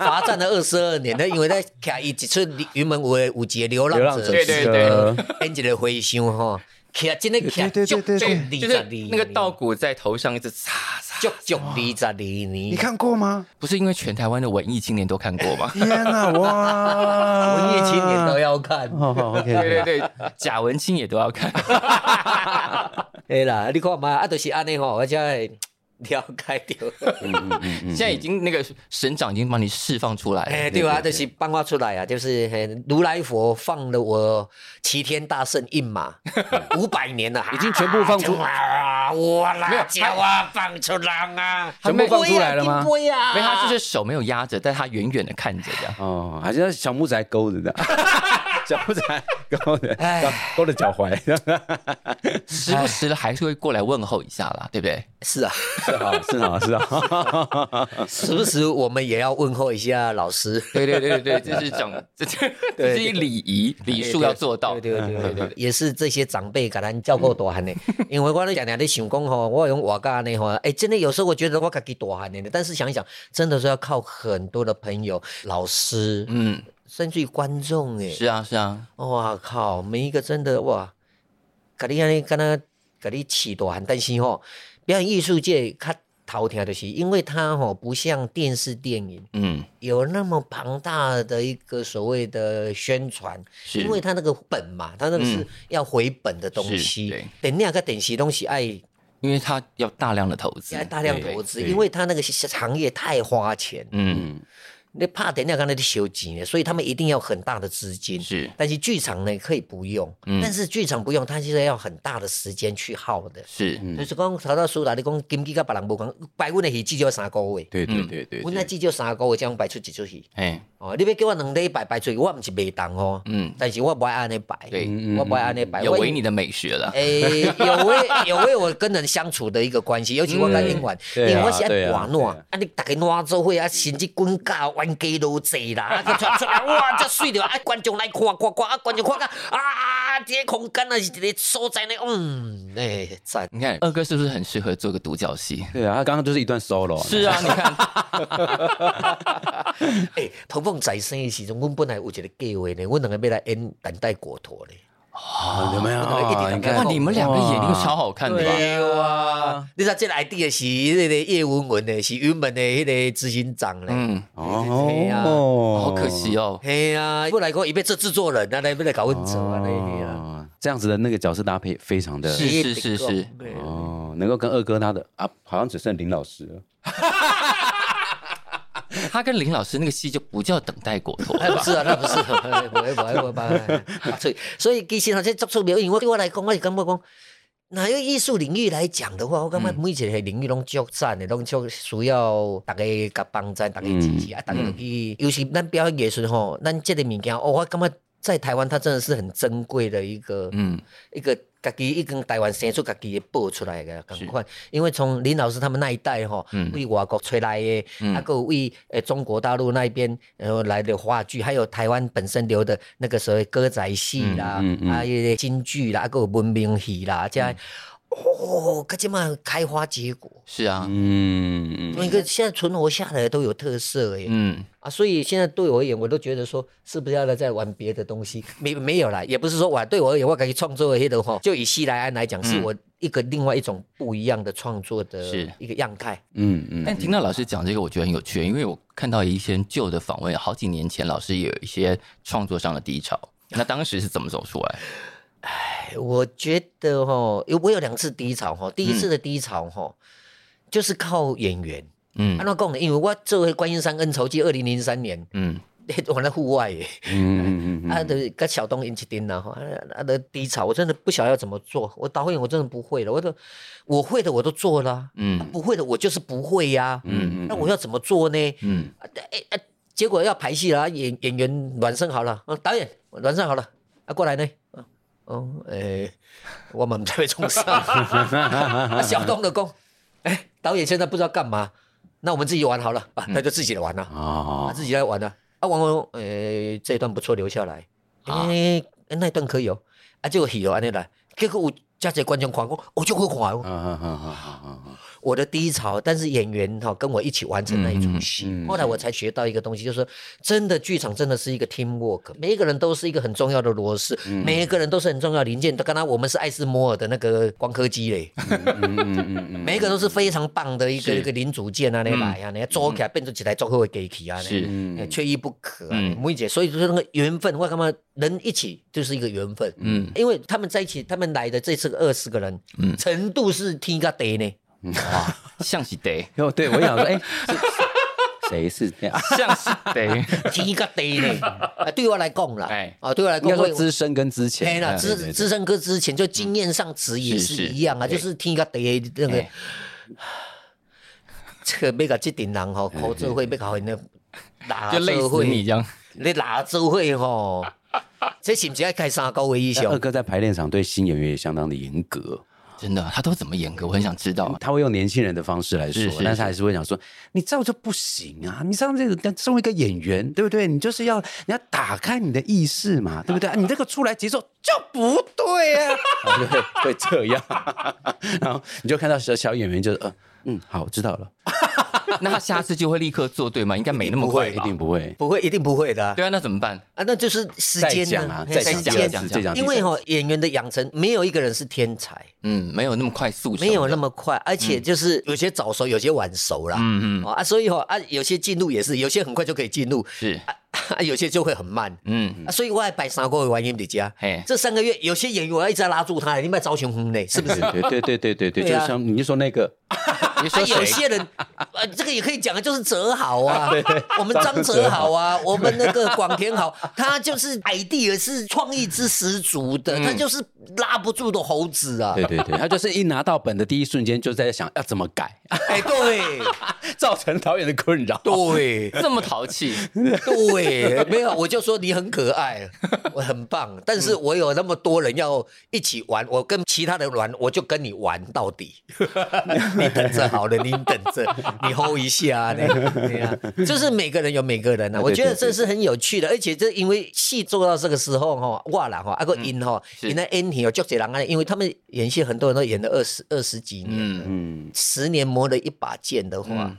A: 罚站了二十二年，那因为咧徛伊一出云门有的有一个流
C: 流
A: 浪
C: 浪
A: 者，
C: 者
B: 对对对
C: 歌，
A: 演一个回响吼，徛真的徛
D: 对对
A: 足足
D: 对
A: 二
D: 对对
A: 十
B: 哎就
A: 二
B: 是
A: 年，
B: 那个稻谷在头上一直擦擦，
A: 足足二十二年
D: 你。看过吗？？
B: 不是因为全台湾的文艺青年都看过 吗
D: 天哪，哇！
A: 文艺青年都要看，
D: 哦
C: 好好哦 OK，
B: 对对对，贾文清也都要看。
A: 哎啦，你看嘛，啊，就是安尼吼，我才会了解着。
B: 现在已经那个神掌已经把你释放出来了。
A: 哎，对啊，就是帮我出来啊，就是嘿如来佛放了我齐天大圣一 马，五百年了，
C: 已经全部放出
A: 啊！我啦，叫我放出来啊！
C: 全部放出来了吗
A: 金杯啊，
B: 因为他 就是手没有压着，但他远远的看着这样。
C: 哦，还是要小木仔勾着的， 小木仔勾着
A: 哎，
C: 勾着脚踝，
B: 时不时的还是会过来问候一下啦，对不对？
A: 是啊，
C: 是好是好是啊好。
A: 时不时我们也要问候一下老师。
B: 对对对对，这是 讲这这这是一礼仪礼数要做到。
A: 对对对对 对，也是这些长辈给咱照顾大汉的，因为我咧常常咧想讲吼，我用我家呢吼，哎，真的有时候我觉得我家己大汉的，但是想一想，真的是要靠很多的朋友、老师，
B: 嗯，
A: 甚至于观众哎，
B: 是啊是啊，
A: 哇靠，每一个真的哇，甲你安尼敢若甲你饲大汉，但是吼、表演艺术界较头疼的是，因为它吼、不像电视电影
B: 嗯
A: 有那么庞大的一个所谓的宣传，
B: 是
A: 因为它那个本嘛，它那个是
B: 嗯
A: 要回本的东
B: 是
A: 西
B: 对，
A: 等那个等西东西爱
B: 因为他要大量的投资
A: 爱，大量
B: 对
A: 投资，
C: 对
A: 因为它那个行业太花钱，
B: 嗯
A: 你怕等下刚才去修钱呢，所以他们一定要很大的资金。
B: 是
A: 但是剧场呢可以不用，
B: 嗯
A: 但是剧场不用，它现在要很大的时间去耗的。
B: 是
C: 嗯
A: 就是讲，头到苏达，你讲金鸡甲别人无讲，摆阮的戏至少要三个月，
C: 对对对对，
A: 阮那至少三个月才能摆出一出戏。
B: 哎
A: 哦，你要叫我两礼拜摆出去，我毋是袂动哦，
B: 嗯
A: 但是我不爱安尼摆，
B: 对
C: 嗯嗯
A: 我不爱安尼摆。
B: 有
A: 我
B: 违你的美学了。
A: 诶、有为有为我跟人相处的一个关系，尤其我跟演员，因
C: 对啊
A: 为我是爱
C: 对啊
A: 玩闹，
C: 对啊
A: 啊你大家烂做伙啊，甚至滚架冤家都济啦，啊出出来哇，这水着啊，观众来看看看啊，观众看看啊，这个空间啊是一个所在呢，嗯，诶、赞。
B: 你看二哥是不是很适合做个独角戏？
C: 对啊，他刚刚就是一段 solo，
B: 是啊，你看，
A: 诶、彭凤仔生的时阵，阮本来有一个计划呢，阮两个要来演等待果陀呢。
C: 啊有没有
A: 那个一点都不
C: 你看
B: 哇， 你们两个眼睛
C: 哇
B: 超好看的吧？
A: 哇，你知道这个 idea 是那个叶文文的，是云门的迄个执行长呢。
B: 嗯，
A: 对啊
C: 哦
B: 好可惜
C: 哦。
B: 哦。
A: 嘿啊，不来讲伊要做制作人，啊来要来搞阮做啊，那个啊。
C: 哦这样子的那个角色搭配非常的
B: 是是是是
A: 对
C: 哦，能够跟二哥他的啊，好像只剩林老师了。
B: 他跟林老师那个戏就不叫等待果 陀
A: 哎，
B: 了
A: 不
B: 吧？
A: 是啊， 那不是，哎我我我我，所以所以其实啊，这作出表演，我对我来讲，我是感觉讲，哪有艺术领域来讲的话，我感觉每一个领域拢足赞的，拢足需要大家甲帮助，大家支
B: 嗯
A: 持啊，大家就去。尤其咱表演艺术吼，咱这个物件哦，我感觉在台湾它真的是很珍贵的一个，
B: 嗯
A: 一个家己一根台湾生出家己的报出来的赶快，因为从林老师他们那一代吼，
B: 嗯
A: 为外国吹来的，
B: 嗯
A: 啊，还有为呃中国大陆那一边然后来的话剧，还有台湾本身留的那个所谓歌仔戏啦，
C: 嗯嗯嗯
A: 啊，一些京剧啦，啊，还有文明戏啦，这样。哦，可即嘛开花结果，
B: 是啊，
C: 嗯
A: 那个现在存活下来的都有特色耶。
B: 嗯
A: 啊，所以现在对我而言，我都觉得说，是不是要再玩别的东西？没没有啦，也不是说我对我而言，我感觉创作的那个哈，就以西来安来讲，是
B: 嗯
A: 我一个另外一种不一样的创作的
B: 是
A: 一个样态。
C: 嗯嗯，
B: 但听到老师讲这个，我觉得很有趣，因为我看到一些旧的访问，好几年前老师也有一些创作上的低潮，那当时是怎么走出来？
A: 哎我觉得哈，有我有两次低潮哈，第一次的低潮哈，就是靠演员。
B: 嗯
A: 安怎讲呢？因为我做《观音山恩仇记》，二零零三年，
B: 嗯
A: 我在户外耶。
C: 嗯 嗯
A: 啊，就是跟小东引起丁然后啊，啊的低潮，我真的不晓得要怎么做，我导演我真的不会了，我都我会的我都做了啊、啊
B: 嗯
A: 不会的我就是不会呀、
B: 嗯
A: 那我要怎么做呢？
B: 嗯
A: 啊，哎、啊，结果要排戏了，啊演演员软身好了，啊，导演软身好了，啊，过来呢，啊哦，诶、我们在被冲上， 啊，小东的工，哎、导演现在不知道干嘛，那我们自己玩好了，
B: 嗯
A: 啊，他就自己玩了。他
C: 哦，
A: 自己来玩的、啊。玩完，呃、这一段不错，留下来。哎、
B: 啊
A: 那一段可以哦。啊，结果戏哦，安尼来，结果有加些观众看我，我就会看哦。我的低潮，但是演员哈、跟我一起完成那一出戏。
C: 嗯嗯嗯
A: 后来我才学到一个东西，就是说，真的剧场真的是一个 team work，每一个人都是一个很重要的螺丝，
C: 嗯
A: 每一个人都是很重要的零件。刚刚我们是艾斯摩尔的那个光刻机嘞。
C: 嗯
A: 每一个都是非常棒的一个
B: 是
A: 一个零组件啊，你
C: 嗯
A: 来啊，你做起来变成一台做好的机器啊，
B: 是
A: 哎缺一不可啊
B: 嗯，
A: 梅姐。所以就是那个缘分，我干嘛人一起就是一个缘分，
B: 嗯
A: 因为他们在一起，他们来的这次二十个人，
C: 嗯
A: 程度是天个地呢，
B: 像是得，
C: 哦，对我想说，哎，谁是这样？
B: 像是 得，
A: 天个地呢，啊，对我来讲啦
B: 哎，
A: 啊，对我来
C: 应
A: 讲
C: 该说
A: 会。
C: 资深跟之
A: 哎
C: 前啊
A: 啦，资资深哥之前就经验上值也
B: 是
A: 是
B: 是
A: 一样啊，就是天个地的那个
B: 哎，
A: 这个要甲这群人吼，口做会要甲因的拉
B: 嗯就累
A: 做
B: 死
A: 伙
B: 你这样。
A: 你哪周会吼？这是不是要开三个月以上
C: 二？哥在排练场对新演员也相当的严格，
B: 真的，他都怎么严格？我很想知道。
C: 他会用年轻人的方式来说
B: 是是，
C: 但是还是会讲说，你这样就不行啊！你这样这个身为一个演员，对不对？你就是要你要打开你的意识嘛，对不对？啊你这个出来节奏就不对啊，然后就会会这样，然后你就看到小小演员就是呃嗯好我知道了，
B: 那他下次就会立刻做对吗？应该没那么快
C: 一
B: 吧？
C: 定不会
A: 不会，一定不会的啊。
B: 对啊，那怎么办？
A: 啊，那就是时
C: 再
A: 间
C: 讲
A: 呢
C: 啊，，
A: 嘿
C: 再
B: 讲
A: 时
C: 讲
B: 讲
C: 第二
A: 间
B: 讲
C: 次，再讲第
A: 因
C: 三
A: 为
C: 次
A: 哈、演员的养成，没有一个人是天才，
B: 嗯，没有那么快速成的，
A: 没有那么快，而且就是有些早熟，有些晚熟啦。
B: 嗯嗯
A: 哦啊，所以哈、啊，有些进入也是，有些很快就可以进入，
B: 是
A: 啊，啊有些就会很慢。
B: 嗯
A: 啊，所以我还摆三个月玩音的家
B: 嘿，
A: 这三个月有些演员我要一直拉住他，你别招雄红呢，是不是？
C: 对对对对对对，
A: 对
C: 就
A: 啊
C: 像你就说那个，
A: 啊，
B: 你说
A: 有
B: 谁？
A: 些人，呃，这个也可以讲，就是哲豪 啊，我们张哲豪啊，我们那个广田豪，他就是 idea 是创意之十足
B: 嗯
A: 的，他就是拉不住的猴子啊。
C: 对对对，他就是一拿到本的第一瞬间就在想要怎么改，
A: 哎，对
C: 造成导演的困扰。
A: 对
B: 这么淘气，
A: 对，没有，我就说你很可爱， 我很棒，但
B: 嗯
A: 是我有那么多人要一起玩，我跟其他人玩，我就跟你玩到底。 你等着好了，你等着，你 hold 一下啊， 那对呀、就是每个人有每个人啊，我觉得这是很有趣的，而且这因为戏做到这个时候哈，哇啦哈，啊个音哈，
B: 嗯是
A: 因那 N 体有就这人啊，因为他们演戏很多人都演了二十二十几年，
B: 嗯，
C: 嗯，
A: 十年磨了一把剑的话
B: 嗯，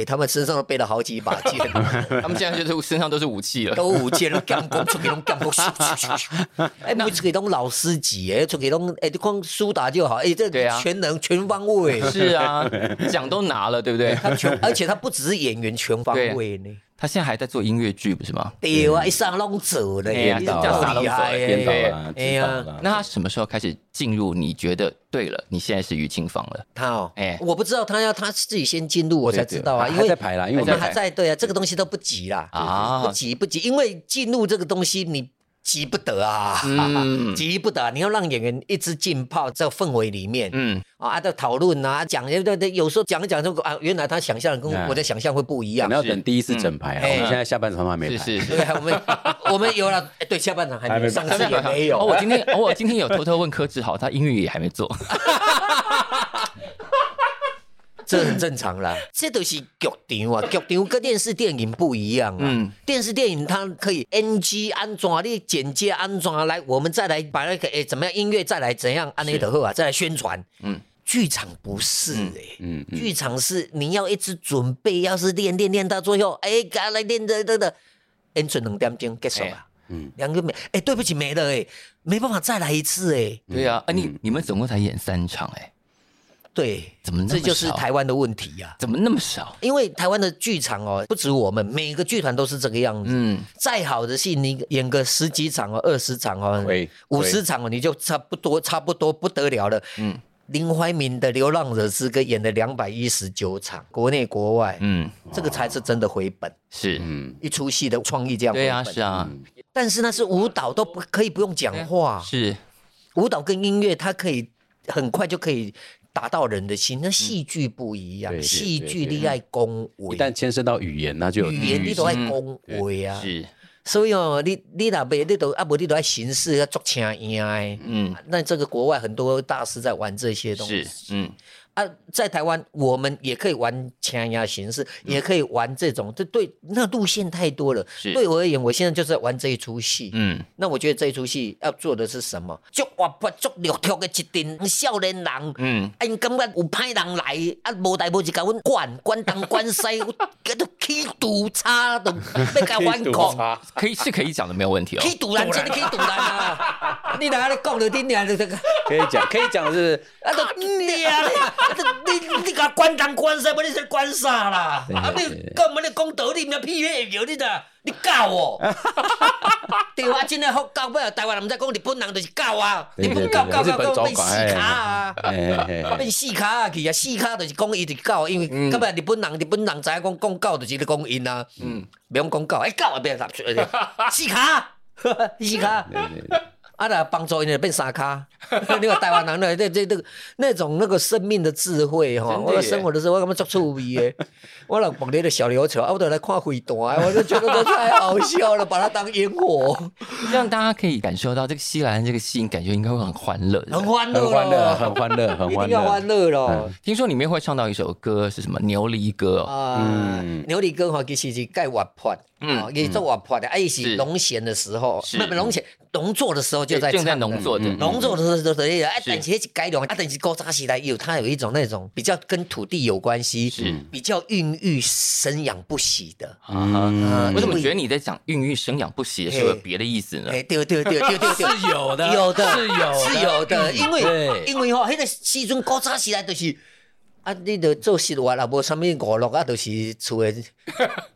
A: 哎、他们身上都背了好几把 剑。
B: 他们现在就是身上都是武器 了。
A: 都有剑，拢剑光出去，拢剑光咻咻咻咻。哎，每出去拢老师级，哎，出去拢哎，你光苏打就好，哎，这
B: 对啊
A: 全能全方 位，
B: 是 啊，奖都拿了，对不对？
A: 他全，而且他不只是演员全方位呢。
C: 嗯
B: 他现在还在做音乐剧，不是吗？
A: 对啊，一上拢走
C: 嗯
A: 了，
B: 哎呀
A: 你
B: 到
A: 这
C: 啊
B: 了
A: 么厉害
B: 编
A: 耶
B: 导！
C: 了，
A: 哎
C: 知
A: 呀
C: 啊道了。
B: 那他什么时候开始进入？你觉得对了，你现在是于清芳了。
A: 他哦
B: 哎，
A: 我不知道他要他自己先进入，我才知道啊，
C: 对对
A: 因
C: 还
A: 为
C: 在排啦因为
A: 我
C: 我
A: 们
C: 们
A: 还在对啊，这个东西都不急啦，
B: 啊
A: 不急不急，因为进入这个东西你。急不得啊，
B: 嗯
A: 急不得啊、你要让演员一直浸泡在氛围里面。
B: 嗯，
A: 啊，在讨论啊，讲对对对，有时候讲一讲就啊，原来他想象跟
C: 嗯
A: 我的想象会不一
C: 可
A: 样
C: 能。要等第一次整排啊，
A: 嗯
C: 我们现在下半场都还没
B: 是
C: 排。
B: 是是
A: 对。啊，我们我们有了，哎对，下半场还
C: 还
A: 没
C: 没
A: 有，上次也没
B: 哦，
A: 有。
B: 我今天哦，我今天有偷偷问柯志豪，他英语也还没做。
A: 这很正常啦， 这都是剧场啊，剧场跟电视电影不一样啊。
B: 嗯
A: 电视电影它可以 NG 安装，你剪接安装来，我们再来把那个诶怎么样音乐再来怎样安内的后啊，再来宣传。
B: 嗯
A: 嗯，剧场不是诶、
C: 嗯嗯，
A: 剧场是你要一直准备，要是练练练到最后，哎、该来练的的的，演出两点钟结束
B: 哎
A: 了。
C: 嗯
A: 嗯，两个没，哎、对不起，没了、哎，没办法再来一次、哎，
B: 对呀、啊，哎、你你们总共才演三场、哎，
A: 对，
B: 怎么那
A: 这
B: 么
A: 就是
B: 少
A: 台湾的问题呀、
B: 怎么那么少？
A: 因为台湾的剧场哦，不止我们，每个剧团都是这个样子。
B: 嗯，
A: 再好的戏，你演个十几场哦，二十场哦
C: 会，
A: 五十场哦，你就差不多，差不多不得了了。
B: 嗯
A: 嗯，林怀民的《流浪者之歌》演了两百一十九场，国内国外，
B: 嗯，
A: 这个才是真的回本。
B: 是，
C: 嗯
A: 一出戏的创意这样回
B: 对
A: 本。
B: 呀、啊，是啊，
A: 但是那是舞蹈都不可以不用讲话，
B: 是，
A: 舞蹈跟音乐它可以很快就可以打到人的心。那戏剧不一样，
C: 嗯对
A: 戏
C: 对
A: 剧
C: 对
A: 厉害恭
C: 一
A: 维，
C: 旦牵涉到语言，那就有
A: 语言
C: 地域
A: 你
C: 性
A: 都爱恭维啊。
B: 嗯是，
A: 所以哦，你你若袂，你都啊无你都爱形式要做请音的。
B: 嗯，
A: 那这个国外很多大师在玩这些东西
B: 是，嗯，
A: 啊，在台湾我们也可以玩枪呀形式，也可以玩这种，这对那路线太多了
B: 嗯是。
A: 对我而言，我现在就是在玩这一出戏。
B: 嗯，
A: 那我觉得这一出戏要做的是什么？足活泼、足流畅的一群少年人。
B: 嗯，
A: 啊，因感觉有歹人来，啊，无代无志甲阮管，管东管西，我都起赌差，都要
C: 嗯
A: 甲阮讲。
B: 可以是可以讲的，没有问题哦。
A: 去堵人，真的去堵人啊！你哪咧讲就你娘就这个，啊
C: 可以讲，可以 讲是
A: 都你啊，啊都你你甲关东关西，不你说关啥啦？啊
C: 对对
A: 你干嘛咧讲道理，免屁话有你的，你教我。 对啊，真的好教尾，台湾人毋知讲日本人就是教啊，
C: 对
A: 日
C: 对对
A: 本教教
C: 日
A: 教
C: 本
A: 教
C: 走
A: 变
C: 拐
A: 死卡啊。
C: 嘿嘿嘿
A: 变四卡啊去啊，四卡就是讲伊伫教，因为
B: 嗯
A: 到尾日本人日本人知影讲讲教就是咧讲因啊，嗯，袂用讲教，哎教也袂插出，四卡 四卡，
C: 对对
A: 啊若帮助因就变三卡， 你看台湾人呢，这这这个那种那个生命的智慧吼，
B: 真的
A: 我在
B: 耶
A: 生活的时候我感觉足趣味的，我若碰到的小琉球，啊我就来看飞弹，我就觉得这太好笑了，把它当烟火，
B: 让大家可以感受到这个西兰这个戏，感觉应该会很欢乐。对不对
A: 很欢乐
C: 很欢乐，
A: 咯，
C: 很欢乐，很
A: 一定
C: 欢
A: 要欢
C: 乐。
A: 乐咯
C: 嗯。
B: 听说里面会唱到一首歌是什么牛犁歌哦，
A: 啊
C: 嗯，
A: 牛里哥吼，其实是盖活泼，
B: 嗯
A: 嗯，也做活泼的，啊，伊
B: 是
A: 是农闲的时候，
B: 是
A: 不不农闲农作的时候就在
B: 正在
A: 唱的
B: 农作的，
C: 嗯
A: 农作的时候就在那个，哎，
B: 是
A: 但是那是改良，啊，但是古早时代有它有一种那种比较跟土地有关系，
B: 是
A: 比较孕育生养不息的，
C: 嗯
B: 我怎啊么觉得你在讲孕育生养不息是有别的意思呢？
A: 哎，对对对对对对，
B: 是有的
A: 有的，
B: 是有的
A: 是有
C: 嗯
A: 的，因为
B: 对
A: 因为吼，迄个时阵古早时代就是。啊，你著做实话啦，无啥物娱乐啊，就是厝 诶，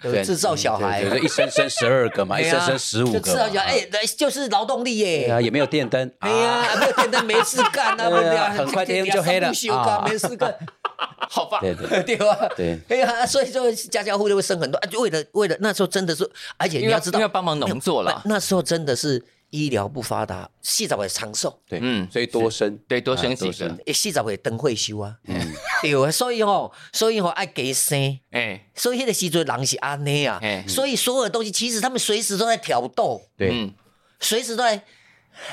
A: 就是制造小孩，啊
C: 就是一生生十二个嘛，一生生十五
A: 就
C: 个
A: 至
C: 嘛
A: 少，讲，哎，来就是劳动力
C: 对啊，
A: 耶。
C: 也没有电灯，啊
A: 哎呀，没有天天没事干啊，不
C: 对啊
A: 然
C: 很快天就黑了
A: 不休干
C: 啊
A: 没事 干，
B: 好吧，
C: 对对，
A: 对吧？
C: 对
A: 哎呀，所以说家家户户会生很多，啊就为了为了那时候真的是，而且
B: 因
A: 你
B: 为
A: 要知道
B: 因为要哎帮忙农作啦。
A: 那时候真的是医疗不发达，四十岁长寿，
C: 对，
B: 嗯
C: 嗯，所以多生，
B: 对，哎多生几
C: 多
B: 个
C: 生，
A: 诶，四十岁灯会休啊，
C: 嗯
A: 对啊，所以吼，所以吼爱给生。
B: 哎，
A: 所以那个时阵人是安尼啊
B: 嘿，
A: 所以所有的东西其实他们随时都在挑逗。
C: 对，
B: 嗯，
A: 随时都在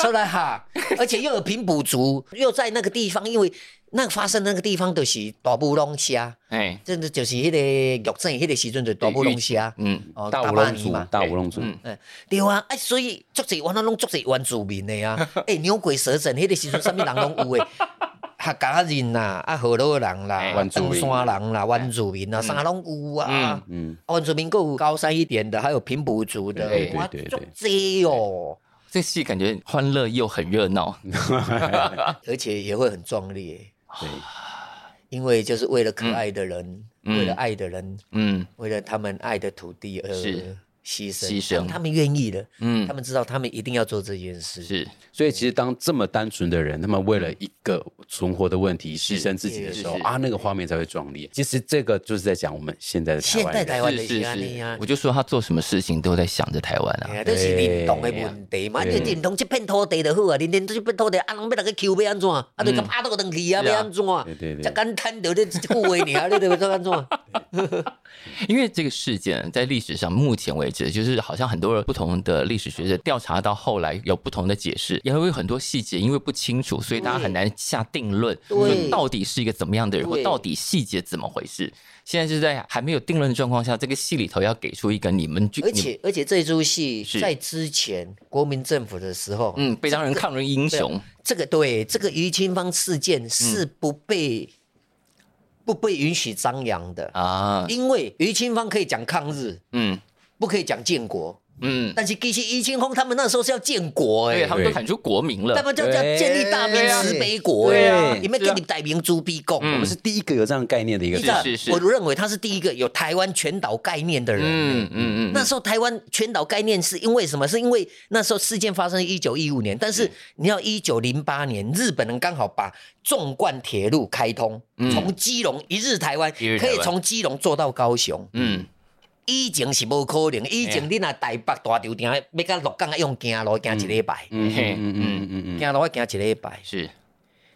A: 出来哈，而且又有平补足，又在那个地方，因为那个发生那个地方就是大乌龙虾，
B: 哎，
A: 真的就是迄个玉镇迄个时阵就大乌龙虾，
B: 嗯，
A: 哦
C: 大乌
A: 巴
C: 龙
A: 尼
C: 族，
A: 嘛。
C: 大乌龙族，
B: 嗯
A: 嗯，对啊，啊，所以足侪原来拢足侪原住民的啊， 诶、牛鬼蛇神，迄个时阵啥物人拢有诶，客家人啦，啊，河洛人啦
B: 哎，
C: 原住民
A: 登山人啦，原住民
B: 嗯
A: 啦，啥拢有啊，
C: 嗯
A: 嗯，原住民够有高山一点的，还有平埔族的，
B: 对
A: 哇，
C: 对对
A: 足济哦，
B: 这戏感觉欢乐又很热闹，哎
A: 而且也会很壮烈，
C: 对，
A: 因为就是为了可爱的人，
B: 嗯
A: 为了爱的人，
B: 嗯，
A: 为了他们爱的土地而
B: 是
A: 牺牲，
B: 牺牲
A: 但他们愿意了，
B: 嗯
A: 他们知道他们一定要做这件事，
B: 是
C: 所以其实当这么单纯的人，他们为了一个存活的问题牺牲自己的
B: 是
C: 时候
B: 是
C: 啊，那个画面才会壮烈。其实这个就是在讲我们现在的台
A: 现
C: 湾
A: 代
C: 人。
A: 台湾的
B: 是是
A: 压力
B: 是
A: 啊，
B: 我。就说他做什么事情都在想着台湾
A: 哎
B: 啊，
A: 呀，都是认同的问题嘛，你认同这片土地就好啊，你认同这片土地，啊，人要来去求要安怎？啊，就甲拍倒转去啊，
B: 嗯是啊
A: 要安怎？
C: 对对对
A: 才简单就咧句话啊尔，你 要怎安怎？
B: 因为这个事件在历史上目前为止，就是好像很多不同的历史学者调查到后来有不同的解释，也会有很多细节因为不清楚，所以大家很难下定论，
A: 对
B: 说到底是一个怎么样的人，或
A: 对
B: 到底细节怎么回事。现在是在还没有定论的状况下，这个戏里头要给出一个你们就
A: 而且而且这出戏
B: 是
A: 在之前国民政府的时候，
B: 嗯，被当成抗日英
A: 对
B: 雄，
A: 这个对这个于清芳事件是
B: 嗯
A: 不被、不被允许张扬的，
B: 啊，
A: 因为于清芳可以讲抗日，
B: 嗯
A: 不可以讲建国。
B: 嗯，
A: 但是其实于清芳他们那时候是要建国哎、
B: 对他啊们都
C: 对
B: 喊出国民了
A: 他，们就叫建立大明
B: 对啊
A: 慈悲国
C: 对
A: 哎、
C: 啊
A: 你们给你带明珠逼供。
C: 我
B: 嗯
C: 们是第一个有这样概念的一个
A: 你
C: 人
A: 知。道
B: 是是是
A: 我认为他是第一个有台湾全岛概念的人。啊
B: 嗯嗯嗯，
A: 那时候台湾全岛概念是因为什么？是因为那时候事件发生一九一五年，但
B: 嗯
A: 是你要一九零八年，日本人刚好把纵贯铁路开通，从基隆一日台湾，
B: 嗯一日台
A: 可
B: 湾
A: 以从基隆坐到高雄。
B: 嗯哎
A: 以前是无可能，以前你若台北大球场要到鹿港要用行路行一礼拜，
C: 嗯
B: 嘿
C: 嗯嗯嗯嗯嗯，
A: 行路要行一礼拜。
B: 是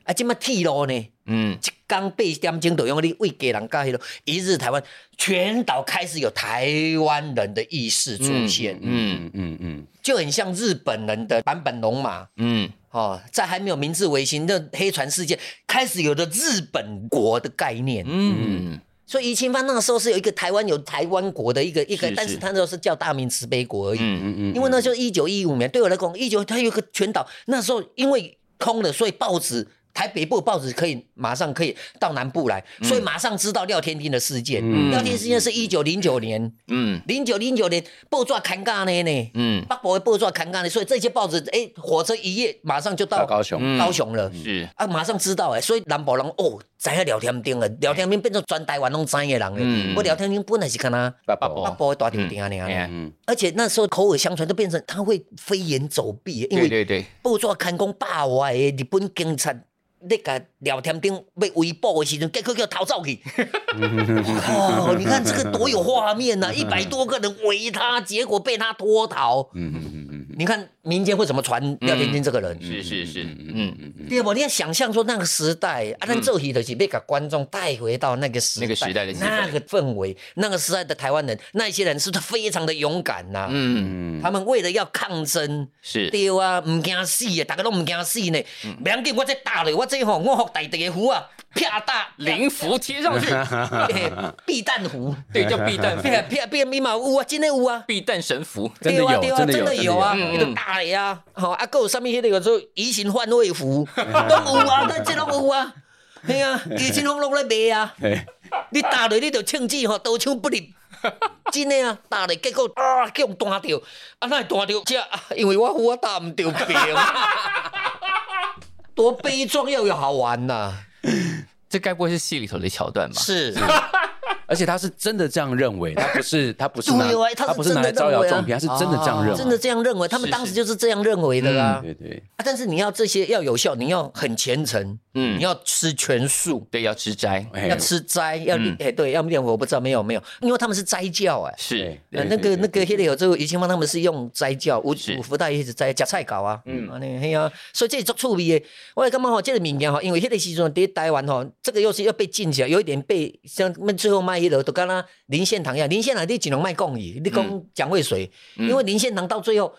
A: 啊，即马铁路呢？
B: 嗯
A: 一工八点钟就用你为家人加迄落，一日台湾全岛开始有台湾人的意识出现。
B: 嗯
C: 嗯嗯
A: 就很像日本人的坂本龙马
B: 嗯
A: 哦，在还没有明治维新的黑船事件开始，有了日本国的概念。
B: 嗯
A: 所以于清芳那个时候是有一个台湾有台湾国的一个一个，
B: 是
A: 但是
B: 是
A: 他那时候是叫大明慈悲国而已。
B: 嗯
C: 嗯嗯，
A: 因为那时候一九一五年，对我来讲，一九它有一个全岛，那时候因为空了，所以报纸台北部报纸可以马上可以到南部来，所以马上知道廖天丁的事件。
C: 嗯
A: 廖天丁事件是一九零九年，
B: 嗯
A: 零九零九年报纸砍价呢呢。
B: 嗯
A: 北部的报纸砍干的，所以这些报纸，哎、火车一夜马上就到
C: 到高雄
A: 高雄
C: 嗯
A: 了。
B: 是
A: 啊，马上知道哎，所以南部人哦，知影聊天钉了，聊天钉变成全台湾拢知的人
B: 嗯
A: 诶。我聊天钉本来是干呐，
C: 八
B: 哦
A: 北部的大啊条钉呢，
B: 哎
C: 嗯
A: 而且那时候口耳相传都变成他会飞檐走壁，因
B: 对
A: 为
B: 对对，
A: 报纸刊讲百外的日本警察那个聊天钉被围捕的时候，结果叫逃走 去。哦，你看这个多有画面呐、啊！一百多个人围他，结果被他拖逃。
C: 嗯嗯嗯
A: 你看民间会怎么传廖天丁这个人？
B: 是是是，嗯，
C: 嗯嗯
A: 对不？你要想象说那个时代，啊，咱做戏就是被把观众带回到那个时代、
B: 那个时代的气氛
A: 那个氛围，那个时代的台湾人，那一些人是不是非常的勇敢啊呐、
B: 嗯
C: 嗯，
A: 他们为了要抗争，
B: 是
A: 对啊，唔惊死的，大家都唔惊死呢。不要紧，我这打落，我这吼，我学大地的符啊，啪打
B: 灵符贴上去，
A: 嘿 避弹符，
B: 对，叫避弹
A: 啪啪变密码有啊，真的有啊。
B: 避弹神符，
C: 真的有
A: 对啊对啊
C: 真的有
A: 真的有啊，
B: 真的有
A: 伊就打的啊，吼啊，还有上面迄个有做移形换位符，都有啊，咱这拢有啊，嘿啊，移 形拢拢咧卖啊，
C: 对，
A: 你打落你就枪支吼刀枪不入， 真的啊，打落结果啊叫人弹着，啊那弹着这，啊因为我我打唔着兵，多悲壮又有好玩呐、
B: 这该不会是戏里头的桥段吧？
A: 是哦
C: 而且他是真的这样认为，他不是他不是拿
A: 对啊他是
C: 他不是拿来招摇撞骗，他是真的这样认为，
A: 真的这样认为，他们
B: 是
A: 当时
B: 是
A: 就是这样认为的啊。
C: 对对，
A: 啊，但是你要这些要有效，你要很虔诚，
B: 嗯
A: 嗯，你要吃全素，
B: 对，要吃斋，
C: 哎
A: 要吃斋，要念哎、对，要念佛，我不知道没有没有，因为他们是斋教哎、
B: 是
A: 呃那个那个黑的有这个于清芳他们是用斋教，五
B: 是
A: 五福袋一直斋夹菜搞啊，嗯，安尼嘿啊，所以这是足趣味的。我感觉吼，这个物件吼，因为迄个时阵在台湾吼，这个又是要被禁止，有一点被像我们最后卖迄落，就敢若林献堂一样，林献堂你只能卖贡语，你讲蒋渭水，因为林献堂到最后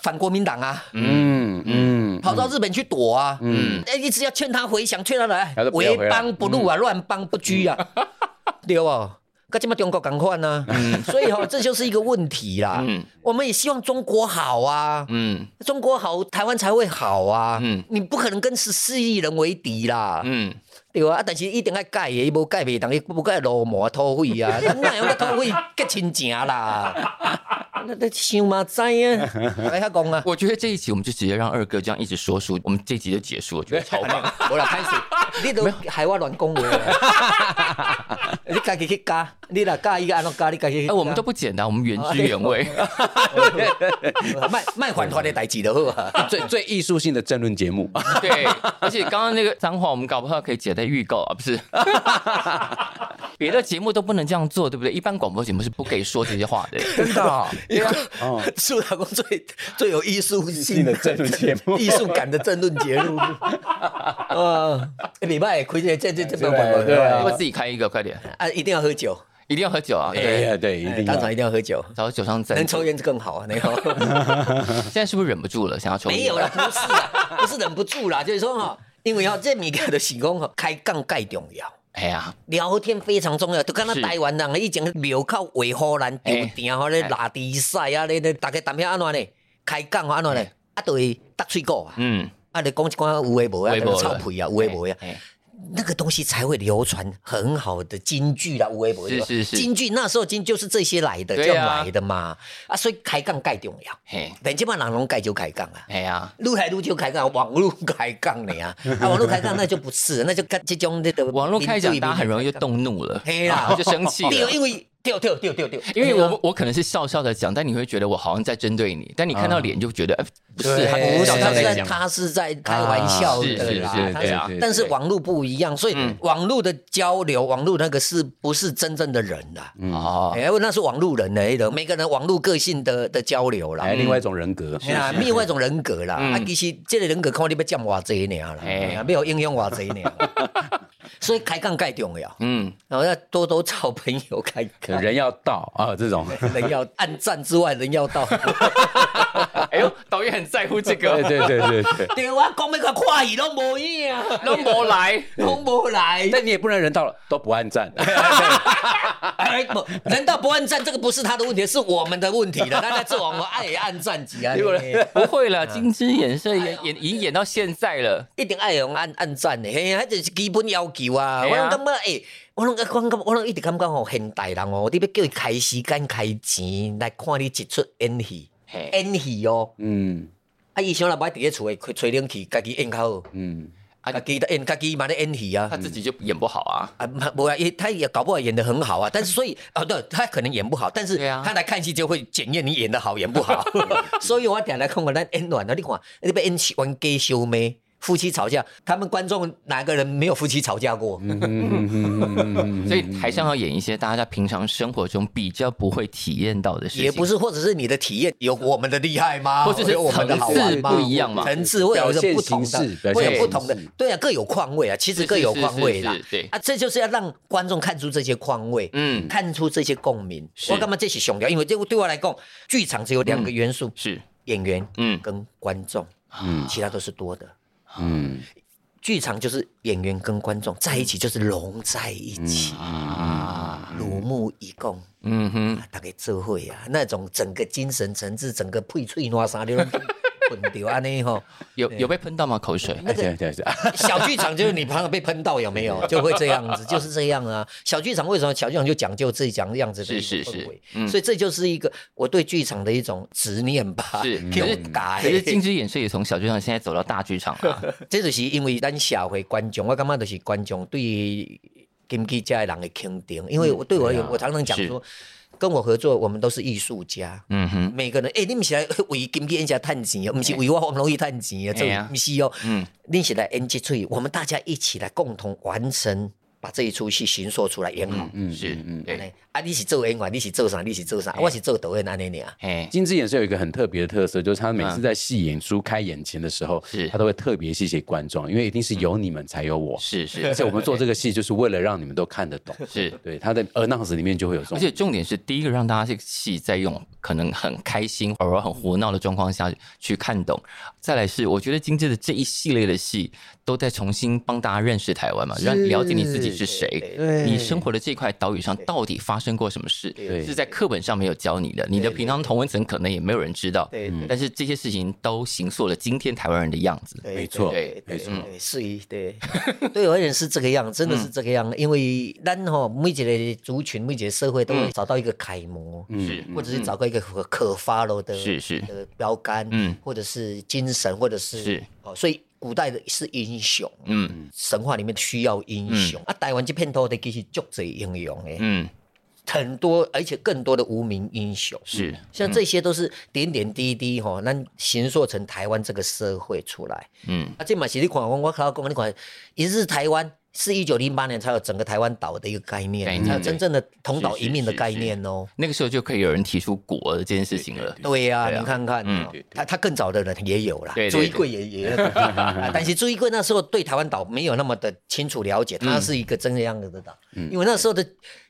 A: 反国民党啊，
C: 嗯嗯，
A: 跑到日本去躲啊，
B: 嗯
A: 嗯，哎，一直要劝他回降，劝他来
C: 他说，不要
A: 为
C: 回来
A: 邦不入啊，乱邦不居啊，对哦，跟这么中国赶快呢，所以哦，这就是一个问题啦
B: 嗯。
A: 我们也希望中国好啊，
B: 嗯
A: 中国好，台湾才会好啊
B: 嗯。
A: 你不可能跟十四亿人为敌啦，
B: 嗯，
A: 对啊，啊，但是一定要改的，伊无改袂当，伊无改流氓土匪 啊，咱哪样个土匪结亲情啦？ 那那想嘛知啊，大家讲啊。
B: 我觉得这一集我们就直接让二哥这样一直说书，我们这集就结束，我觉得超棒。
A: 无啦，歹势，你都害我乱恭维， 你家己去加，你若加伊个安怎加，你家己去
B: 哎，
A: 加。
B: 我们都不简单，我们原汁原味。
A: 卖卖还团的代志就好啊。
C: 最最艺术性的政论节目，
A: 哎
B: 对，而且刚刚那个脏话，我们搞不好可以剪在预告啊，不是？ 别的节目都不能这样做，对不对？一般广播节目是不可以说这些话 的。
C: 真的哦，
A: 树老公最最有艺术性
C: 性的政论节目
A: 艺术感的政论节目。呃，礼拜亏这这这这
C: 对
A: 本本
C: 对
B: 要不
C: 啊
B: 要自己开一个，快点！
A: 啊，一定要喝酒，
B: 一定要喝酒啊！
C: 对
B: 对，
C: 呀，对，一
A: 哎
C: 定
A: 当场
C: 要
A: 一定要喝酒，
B: 找酒上
A: 能
B: 沾。
A: 抽烟更好啊，那个。
B: 现在是不是忍不住了，想要抽？
A: 没有啦，不是啦，不是忍不住啦，就是说哈、因为哈、这米家的喜功哈，开杠盖重要。
B: 哎呀，
A: 聊天非常重要，就敢若
B: 是
A: 台湾人以前庙口维护咱场埕吼咧
B: 哎
A: 拉比赛啊咧咧，大家谈遐安怎呢？开讲安怎呢
B: 哎？
A: 啊，就会搭水果啊，
B: 嗯，
A: 啊，就讲一寡有诶无诶，
B: 微博
A: 啊，臭屁啊，有诶无诶啊，
B: 哎
A: 那个东西才会流传很好的京剧啦，有诶无诶吧，
B: 是是是
A: 京剧那时候京就是这些来的，
B: 对啊
A: 这样来的嘛，啊，所以开杠盖重要，
B: 嘿，
A: 连即摆人拢盖就开杠啊。
B: 哎呀，
A: 撸来撸就开杠，网络开杠了 呀！啊，网络开杠那就不是，那就跟这种那个
B: 网络开讲，大家很容易就
A: 动。
B: 动怒了，
A: 嘿啦
B: 就生 气
A: 对，
B: 了。
A: 因为对对对对对，啊
B: 因为我我可能是笑笑的讲，但你会觉得我好像在针对你，但你看
A: 啊
B: 到脸就觉得，哎，不是，
C: 对
B: 他
A: 不
B: 不
A: 是
B: 笑
A: 他
B: 笑
A: 是
B: 在
A: 在
B: 讲。啊
A: 他是在开玩
C: 啊
A: 笑
B: 是
A: 的
B: 是
A: 啦，
B: 是
A: 他
B: 对啊
A: 但是网络不一样，所以
B: 嗯
A: 网络的交流，网络那个是不是真正的人啦？
B: 哦，
A: 哎，那是网络人的那个每个人网络个性的的交流啦
B: 哎
C: 来。另外一种人格，
A: 哎呀，另外一种人格啦，
B: 嗯
A: 啊，其实这个人格看你要占偌济尔啦，
B: 哎
A: 哎呀没有影响偌济尔， 所以开杠盖重要。
B: 嗯，
A: 然后要多多找朋友开杠，
C: 可人要到啊，这种，
A: 人要按赞之外，人要 到。
B: 哎呦，导演很在乎这
C: 对
B: 个，
C: 对对对对。
A: 对，我讲那个话伊拢无影啊，
B: 都没来，
A: 拢无来。
C: 但你也不能人到了都不 按赞，
A: 哎，不，人道不按赞，这个不是他的问题，是我们的问题了。他在这网我爱按赞几 啊？
B: 不会啦，金枝演社演演已经演到现在了，
A: 一定爱用按按赞的，嘿，迄就是基本要求啊。
B: 嘿
A: 我
B: 啊
A: 拢感觉，诶、我拢我拢感觉我拢一直感觉吼，现代人哦，你要叫伊开时间开钱来看你一出演戏，
B: 嘿，
A: 演戏哦。
C: 嗯
A: 啊，伊想若无伫咧厝诶，吹吹冷气，家己演较好，
C: 嗯，
A: 啊，家己演，家己嘛咧演戏啊
B: 他。自己就演不好啊，
A: 啊，嘛无啊，也他也搞不好演的很好啊，但是所以啊，对他可能演不好，但是
B: 对啊
A: 他来看戏就会检验你演的好演不好。 所以我点来看我咱演啊暖了，你看你被演完 gay 修妹夫妻吵架，他们观众哪个人没有夫妻吵架过？
C: 嗯 哎
B: 所以台上要演一些大家平常生活中比较不会体验到的事情，
A: 也不是，或者是你的体验有我们的厉害吗？
B: 或者是
A: 有我们的好玩吗？
B: 层次不一样嘛
A: 层次会有一个不同
C: 表现形式
A: 的，会有不同的
C: 表现形式，
A: 对啊，各有况味啊，其实各有况味啦
B: 是是是是是对。
A: 啊，这就是要让观众看出这些况味，
B: 嗯，
A: 看出这些共鸣。
B: 是
A: 我干嘛这是重要？因为这对我来讲，剧场只有两个元素：
B: 是，
A: 演员
B: 嗯
A: 跟观众，
B: 啊
C: 嗯
A: 其他都是多的。
C: 嗯
A: 剧场就是演员跟观众在一起，就是融在一起，
B: 嗯啊，
A: 如沐以共。
B: 嗯哼，
A: 大家做会啊，那种整个精神层次，整个配脆烂啥的， 混掉安尼吼。
B: 有有被喷到吗？口水？
A: 那个
C: 对对对，啊
A: 小剧场就是你朋友被喷到有没有，就会这样子，就是这样啊。小剧场为什么小剧场就讲究自己讲这样子的一
B: 是
A: 个
B: 是是
A: 氛围？
B: 嗯
A: 所以这就是一个我对剧场的一种执念吧。
B: 是
A: 嗯
B: 可是
A: 勇敢
B: 可是金枝演社也从小剧场现在走到大剧场了，
A: 这就是因为咱社会观众，我感觉就是观众对于金鸡家的人的肯定，因为我对我有、
B: 对啊
A: 我常常讲
B: 是
A: 说，跟我合作，我们都是艺术家。
B: 嗯哼，
A: 每个人，诶、欸，你毋是来为金鸡演家趁钱哦，毋是为我黄容易趁钱
B: 哎呀
A: 啊，这毋是哦，
B: 嗯
A: 嗯，你是来演这出戏，我们大家一起来共同完成，把这一出戏形塑出来演好。
C: 嗯
B: 是，
A: 安
B: 对，
A: 尼啊，你是做演员，你是做啥？你是做啥？我是做导演安尼尔。
B: 哎，
C: 金枝演社有一个很特别的特色，就是他每
A: 嗯
C: 次在戏演出开演前的时候，
B: 是
C: 他都会特别谢谢观众，因为一定是有你们才有我，
B: 是是
C: 而且我们做这个戏就是为了让你们都 看得懂。
B: 是。
C: 对，他的呃 announce 里面就会有这
B: 而
C: 种，
B: 且重点是，第一个让大家这个戏在用可能很开心、偶尔很胡闹的状况下去看懂。再来是，我觉得今天的这一系列的戏都在重新帮大家认识台湾嘛，让了解你自己是谁，
D: 对
B: 你生活的这块岛屿上到底发生过什么事，
C: 对
B: 是在课本上没有教你的，你的平常同文层可能也没有人知道。
A: 对对
B: 但是这些事情都形塑了今天台湾人的样子。
A: 对
C: 没错
A: 对对
C: 没错嗯
A: 对是一对， 对我而言是这个样，真的是这个样，因为咱吼每一个族群、每一个社会都
C: 嗯
A: 会找到一个楷模，
B: 是
A: 或者是找到一个可可 follow 的
B: 是是
A: 的标杆，
B: 嗯
A: 或者是精神，或者是
B: 是
A: 哦，所以古代的是英雄，
B: 嗯
A: 神话里面需要英雄、啊。台湾这片土地其实足侪英雄诶，
B: 嗯，
A: 很多而且更多的无名英雄。
B: 是
A: 像这些都是点点滴滴吼，咱形塑成台湾这个社会出来。
B: 嗯
A: 啊，这嘛是你看，我我靠，讲你看，一日台湾是一九零八年才有整个台湾岛的一个概
B: 概
A: 念，
B: 念
A: 才有真正的同岛
B: 是是
A: 一命的
B: 是
A: 概
B: 是
A: 念哦。
B: 那个时候就可以有人提出国这件事情了。
A: 对呀、
B: 对啊
A: 你看看，
B: 嗯
A: 哦他他更早的人也有啦
B: 对，对
A: 朱
B: 对
A: 一贵也也有，啊但是朱一贵那时候对台湾岛没有那么的清楚了
C: 嗯
A: 解，它是一个真的样子的岛，因为那时候的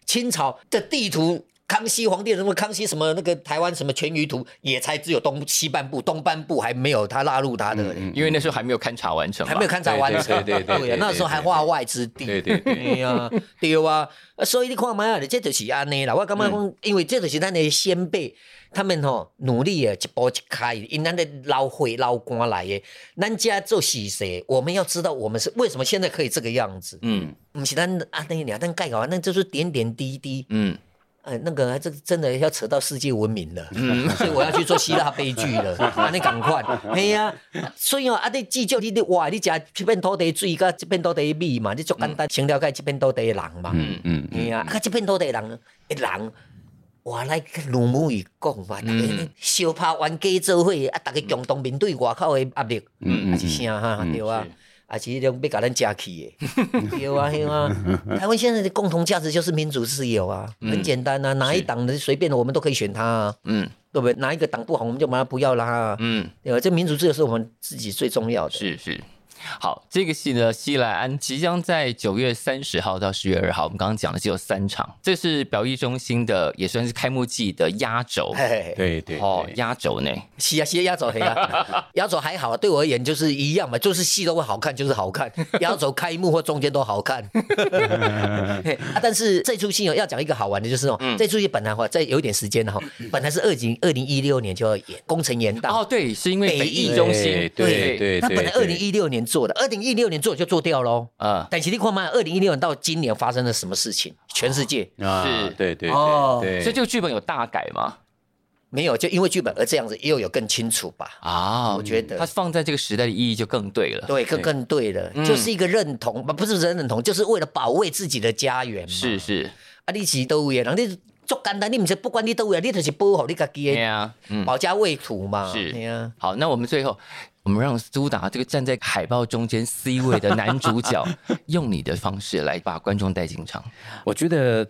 A: 清朝的地图。康熙皇帝什么康熙什么那个台湾什么全鱼图也才只有东西半部东半部还没有他纳入他的
C: 嗯
A: 嘞，
B: 因为那时候还没有勘察完成吧，
A: 还没有勘察完成，
C: 对对对对对
A: 呀那时候还化外之地，
C: 对 对对
A: 对啊，对啊，啊所以你看嘛啊，这就是安尼啦。我感觉讲，因为这就是咱的先辈，他们吼、努力啊的一步一开，因咱的老血老肝来的，咱家做事实，我们要知道我们是为什么现在可以这个样子，
B: 嗯
A: 不是咱安尼俩，咱盖好，那就是点点滴滴。
B: 嗯，
A: 呃，那个这个真的要扯到世界文明了， 所以我要去做希腊悲剧了，啊，你赶快，嘿呀、所以哦，啊，你至少你你哇，你食这片土地的水，甲这片土地的米嘛，你足简单，先了解这片土地的人嘛，
C: 嗯嗯，
A: 嘿呀、啊，啊，这片土地的人，的人，哇，来鲁母语讲嘛，
C: 嗯
A: 大家相拍冤家做伙，啊，大家共同面对外口的压力，
C: 嗯嗯
A: 啊是啥哈，对啊
B: 是。
A: 啊，是迄种要甲咱食去的， 对啊，对啊。台湾现在的共同价值就是民主自由啊，
C: 嗯
A: 很简单啊，哪一党的随便我们都可以选他啊，
B: 嗯
A: 对不对？哪一个党不好，我们就把他不要啦、啊，
B: 嗯，
A: 对吧？这民主自由是我们自己最重要的。
B: 是是。好，这个戏呢，西莱安即将在九月三十号到十月二号，我们刚刚讲的只有三场，这是表艺中心的，也算是开幕季的压轴
A: 嘿嘿嘿
C: 对对
B: 哦
C: 对，
B: 压轴呢。
A: 是啊，是啊，压轴黑啊，压轴还好啊，对我而言就是一样嘛，就是戏都会好看，就是好看，压轴开幕或中间都好看。嘿啊，但是这出戏哦，要讲一个好玩的，就是哦，这出戏本来哈，在有一点时间哈，本来是二零二零一六年就要演，工程延宕。
B: 哦，对，是因为
A: 北
B: 北
A: 艺
B: 艺中心，
C: 对
B: 对
C: 对对，
A: 他本来二
C: 对
A: 零一六年做的，二零一六年做就做掉喽。
B: 嗯，
A: 但其实看嘛，二零一六年到今年发生了什么事情？全世界
C: 啊
B: 是
C: 对对
A: 哦
C: 对对，
B: 所以这个剧本有大改吗？
A: 没有，就因为剧本而这样子，又有更清楚吧？
B: 啊，
A: 我觉得
B: 它放在这个时代的意义就更对了。
A: 对，更更对了，就是一个认同，不不是认同，就是为了保卫自己的家园嘛。
B: 是是，
A: 啊，你是都位的人，你足简单，你唔是不管你都位，你就是保护你家己
B: 对
A: 的
B: 呀，嗯，
A: 保家卫土嘛。
B: 是
A: 对啊。
B: 好，那我们最后，我们让苏达这个站在海报中间 C 位的男主角，用你的方式来把观众带进场。
C: 我觉得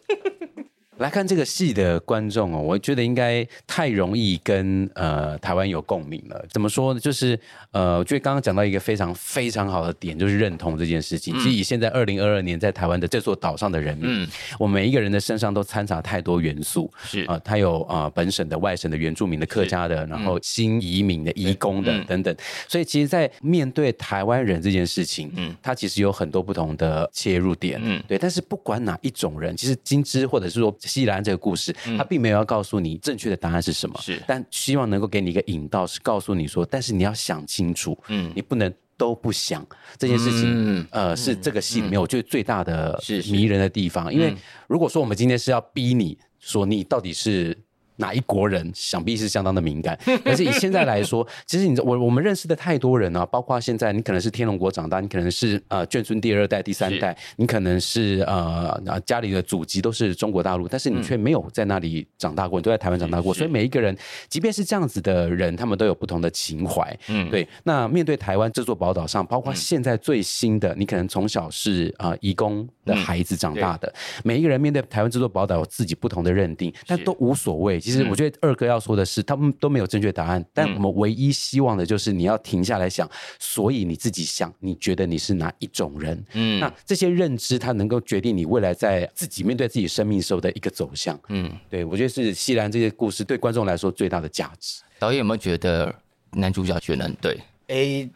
C: 来看这个戏的观众哦，我觉得应该太容易跟呃台湾有共鸣了。怎么说呢？就是呃，我觉得刚刚讲到一个非常非常好的点，就是认同这件事情。其实以现在二零二二年在台湾的这座岛上的人民，
B: 嗯
C: 我每一个人的身上都掺杂太多元素。
B: 是
C: 啊、它有啊、呃本省的、外省的、原住民的、客家的，然后新移民的、移工的、
B: 嗯
C: 等等。所以其实，在面对台湾人这件事情，
B: 嗯
C: 嗯，它其实有很多不同的切入点，
B: 嗯
C: 嗯，对。但是不管哪一种人，其实金枝或者是说西兰这个故事，它并没有要告诉你正确的答案是什么，
B: 嗯是
C: 但希望能够给你一个引导，是告诉你说，但是你要想清楚，
B: 嗯
C: 嗯，你不能。都不想这件事情，
B: 嗯
C: 呃，是这个戏里面我觉得最大的
B: 是是
C: 迷人的地方。因为如果说我们今天是要逼你说你到底是。哪一国人，想必是相当的 敏感。可是以现在来说，其实你我我们认识的太多人啊，包括现在你可能是天龙国长大，你可能是呃眷村第二代、第三代，你可能是呃呃家里的祖籍都是中国大陆，但是你却没有在那里长大过，你都在台湾长大过。所以每一个人，即便是这样子的人，他们都有不同的情怀。
B: 嗯，
C: 对，那面对台湾这座宝岛上，包括现在最新的，你可能从小是啊、呃、移工
B: 嗯
C: 的孩子长大的，每一个人面对台湾这座宝岛有自己不同的认定，但都无所谓。
B: 嗯
C: 其实我觉得二哥要说的是，他们都没有正确答案，但我们唯一希望的就是你要停下来想，所以你自己想，你觉得你是哪一种人？
B: 嗯
C: 那这些认知，它能够决定你未来在自己面对自己生命时候的一个走向。
B: 嗯，
C: 对我觉得是西兰这些故事对观众来说最大的价值。
B: 导演有没有觉得男主角选的很对？
A: 诶，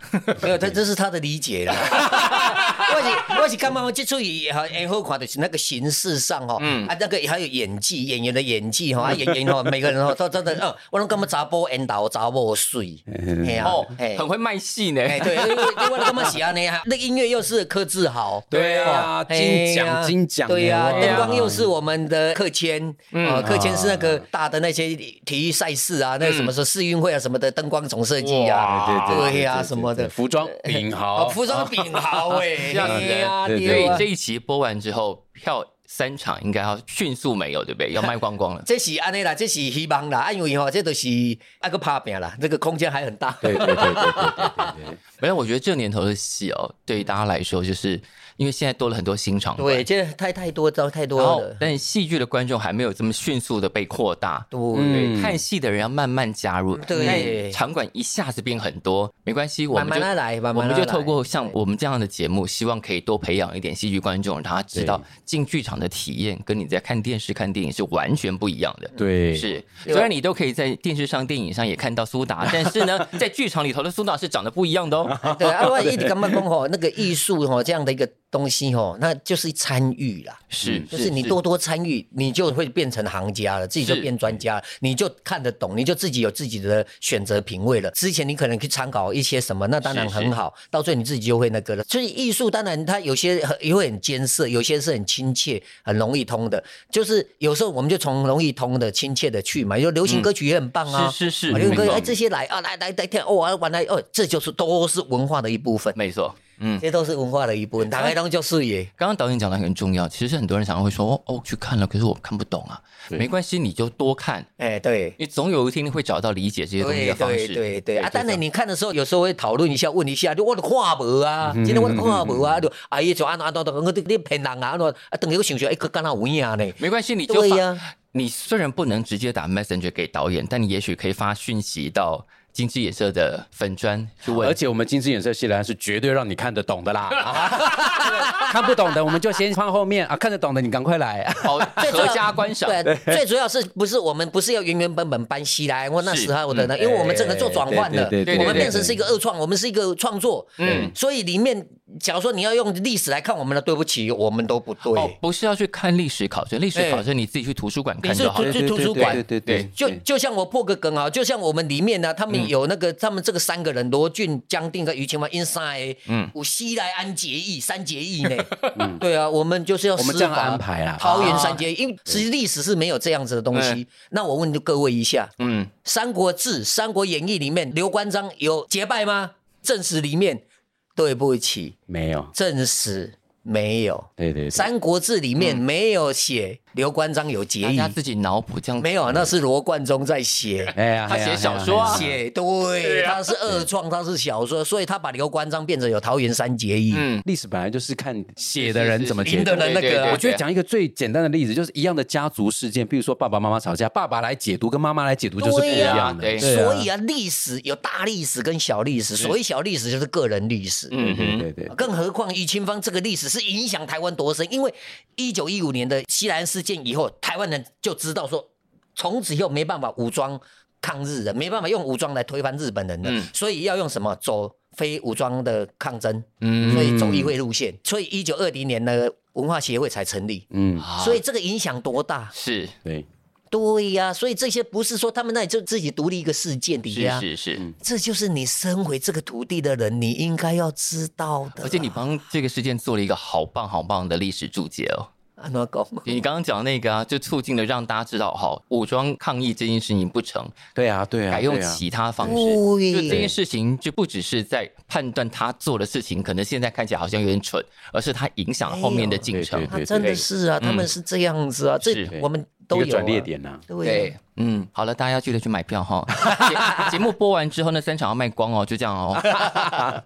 A: 没有，他这是他的理解啦。我是我是干嘛？我这出也好，也好看的是那个形式上哦，
B: 嗯
A: 啊，那个还有演技，演员的演技哈，啊，演员哈，每个人哦，都真的，嗯，我拢感觉查甫缘投查某水，嘿啊
B: 哦，，
A: 嘿
B: 很会卖戏呢。
A: 哎，对，因为因为我感觉是安尼啊，那 音乐又是柯志豪，
C: 对啊
A: 哦嘿
C: 金奖
A: 呀
C: 金奖
A: 对呀，
C: 哎
A: 灯光又是我们的客谦，哦，客谦是那个大的那些体育赛事啊，那个什么说世运会啊什么的灯光总设计啊，
C: 对对
A: 对呀
C: 对
A: 什么的
C: 服装品
A: 哦，
C: 好，
A: 服装品豪哎，
B: 这样子
A: 对呀，
B: 所
C: 对
A: 对
B: 以
A: 呀。
B: 这一集播完之后，票三场应该要迅速没有，对不对？要卖光光了
A: 这是安尼啦，这是希望啦，啊因为吼，这都是啊个拍拼啦，这个空间还很大。
C: 对对对对对对对
B: 没有，我觉得这年头的戏哦，对于大家来说，就是因为现在多了很多新场馆
A: 对，，这太太多招太多
B: 然后
A: 了。
B: 但戏剧的观众还没有这么迅速的被扩大。
A: 对，
B: 对看戏的人要慢慢加入，
A: 嗯对
B: 但场馆一下子变很多，没关系，我
A: 慢
B: 们就
A: 慢地来，慢
B: 我
A: 慢地
B: 们
A: 来
B: 就透过像我们这样的节目，希望可以多培养一点戏剧观众，让他知道进剧场的体验跟你在看电视、看电影是完全不一样的。
C: 对，
B: 是，虽然你都可以在电视上、电影上也看到苏打，但是 呢，在剧场里头的苏打是长得不一样的 哦。
A: 对啊，我一直感觉讲吼，那个艺术吼这样的一个东西吼，那就是参与啦。
B: 是，
A: 嗯就是你多多参与，你就会变成行家了，自己就是变专家了，你就看得懂，你就自己有自己的选择品味了。之前你可能去参考一些什么，那当然
B: 是
A: 很好，到最后你自己就会那个了。所以艺术当然它有些很也会很艰涩，有些是很亲切、很容易通的。就是有时候我们就从容易通的、亲切的去嘛，就流行歌曲也很棒啊，
B: 嗯是是是
A: 啊流行歌曲
B: 没错
A: 哎这些来啊来来来听哦，啊原来哦这就是都是文化的一部分，
B: 没错。嗯，
A: 这都是文化的一部分，大概当就是也。
B: 刚刚导演讲的很重要，其实很多人常常会说哦哦去看了，可是我看不懂啊。没关系，你就多看，
A: 哎，对，
B: 你总有一天会找到理解这些东西
A: 对
B: 的方
A: 对
B: 式。
A: 对对啊！
B: 就这样
A: 当然，你看的时候有时候会讨论一下，问一下，就我的看无啊，今天我的看无啊，就啊伊就安怎安怎安怎，我你你骗人啊，安怎啊？等下我想想，哎，佮敢若有影呢？
B: 没关系，你就
A: 对
B: 发
A: 呀
B: 你虽然不能直接打 messenger 给导演，但你也许可以发讯息到金枝野社的粉砖 去问。
C: 而且我们金枝演色系栏是绝对让你看得懂的啦，啊看不懂的我们就先放后面啊，看得懂的你赶快来。
B: 好，哦 合家观赏。
A: 对，最主要是不是我们不是要原原本本搬西来或那时候的呢？因为我们整个做转换的，
C: 对对对
A: 我
B: 对
A: 们
B: 对
A: 变成是一个二创，我们是一个创作，嗯，所以里面假如说你要用历史来看我们的，对不起，我们都不对。
B: 哦，不是要去看历史考证，历史考证你自己去图书馆看就好
A: 你
B: 了。
A: 是去图书馆
C: 对对对，
A: 就就像我破个梗啊，就像我们里面呢、他们有那个、他们这个三个人，罗俊、江定跟于清嘛，in 三 A，嗯，有西来安结义、三结义 呢，对啊，我们就是要
C: 我们
A: 司
C: 这样
A: 法
C: 安排啊啦
A: 桃园三结义，因为其实历史是没有这样子的东
C: 哎
A: 西。那我问各位一下，嗯，《三国志》《三国演义》里面刘关张有结拜吗？正史里面，对不起，
C: 没有，
A: 正史没有，
C: 对对
A: 《
C: 对，
A: 三国志》里面没有写刘关张有结
B: 大
A: 义
B: 家。自己脑补这样。
A: 没有，那是罗贯中在 写。
C: 哎呀
B: 他
C: 哎呀
B: 写
C: 哎呀
B: 小说啊
C: 哎呀
A: 写对，他是二创，他是小说，所以他把刘关张变成有桃园三结义。
B: 嗯，
C: 历史本来就是看写的人怎么
A: 赢
C: 解
A: 的
C: 读。
A: 人那
B: 对对
A: 个
B: 对
A: 啊
C: 我觉得讲一个最简单的例子，就是一样的家族事件，比如说爸爸妈妈吵架，爸爸来解读跟妈妈来解读就是不一样的。
B: 对呀对
A: 所以啊，历史有大历史跟小历史，所谓小历史就是个人历史。
B: 嗯
C: 对
B: 哼，
C: 对对，
A: 更何况于清芳这个历史是影响台湾多深，因为一九一五年的西兰事件以后，台湾人就知道说，从此以后没办法武装抗日了，没办法用武装来推翻日本人了，
B: 嗯
A: 所以要用什么走非武装的抗争，
B: 嗯
A: 所以走议会路线，所以一九二零年的文化协会才成立。
C: 嗯，
B: 啊
A: 所以这个影响多大？
B: 是
C: 对，
A: 对呀、所以这些不是说他们那里就自己独立一个事件底
B: 是
C: 啊
A: 下，
B: 是
C: 嗯
B: 是，
A: 这就是你身为这个土地的人，你应该要知道的啊。
B: 而且你帮这个事件做了一个好棒好棒的历史注解哦。
A: 安怎讲？
B: 你刚刚讲的那个啊，就促进了让大家知道，好，武装抗议这件事情不成，
C: 对啊，对啊，
B: 改用
C: 对啊
B: 其他方式。
A: 对
B: 就这件事情，就不只是在判断他做的事情，可能现在看起来好像有点蠢，而是他影响后面的进程
C: 哎。呦对
A: 他真的是啊，他们是这样子啊，这
B: 是
A: 我们都
C: 一
A: 有
C: 个
A: 啊
C: 转捩。点呐。
A: 对啊，，
B: 嗯，好了，大家要记得去买票哈。节 节目播完之后，那三场要卖光哦，就 这样哦。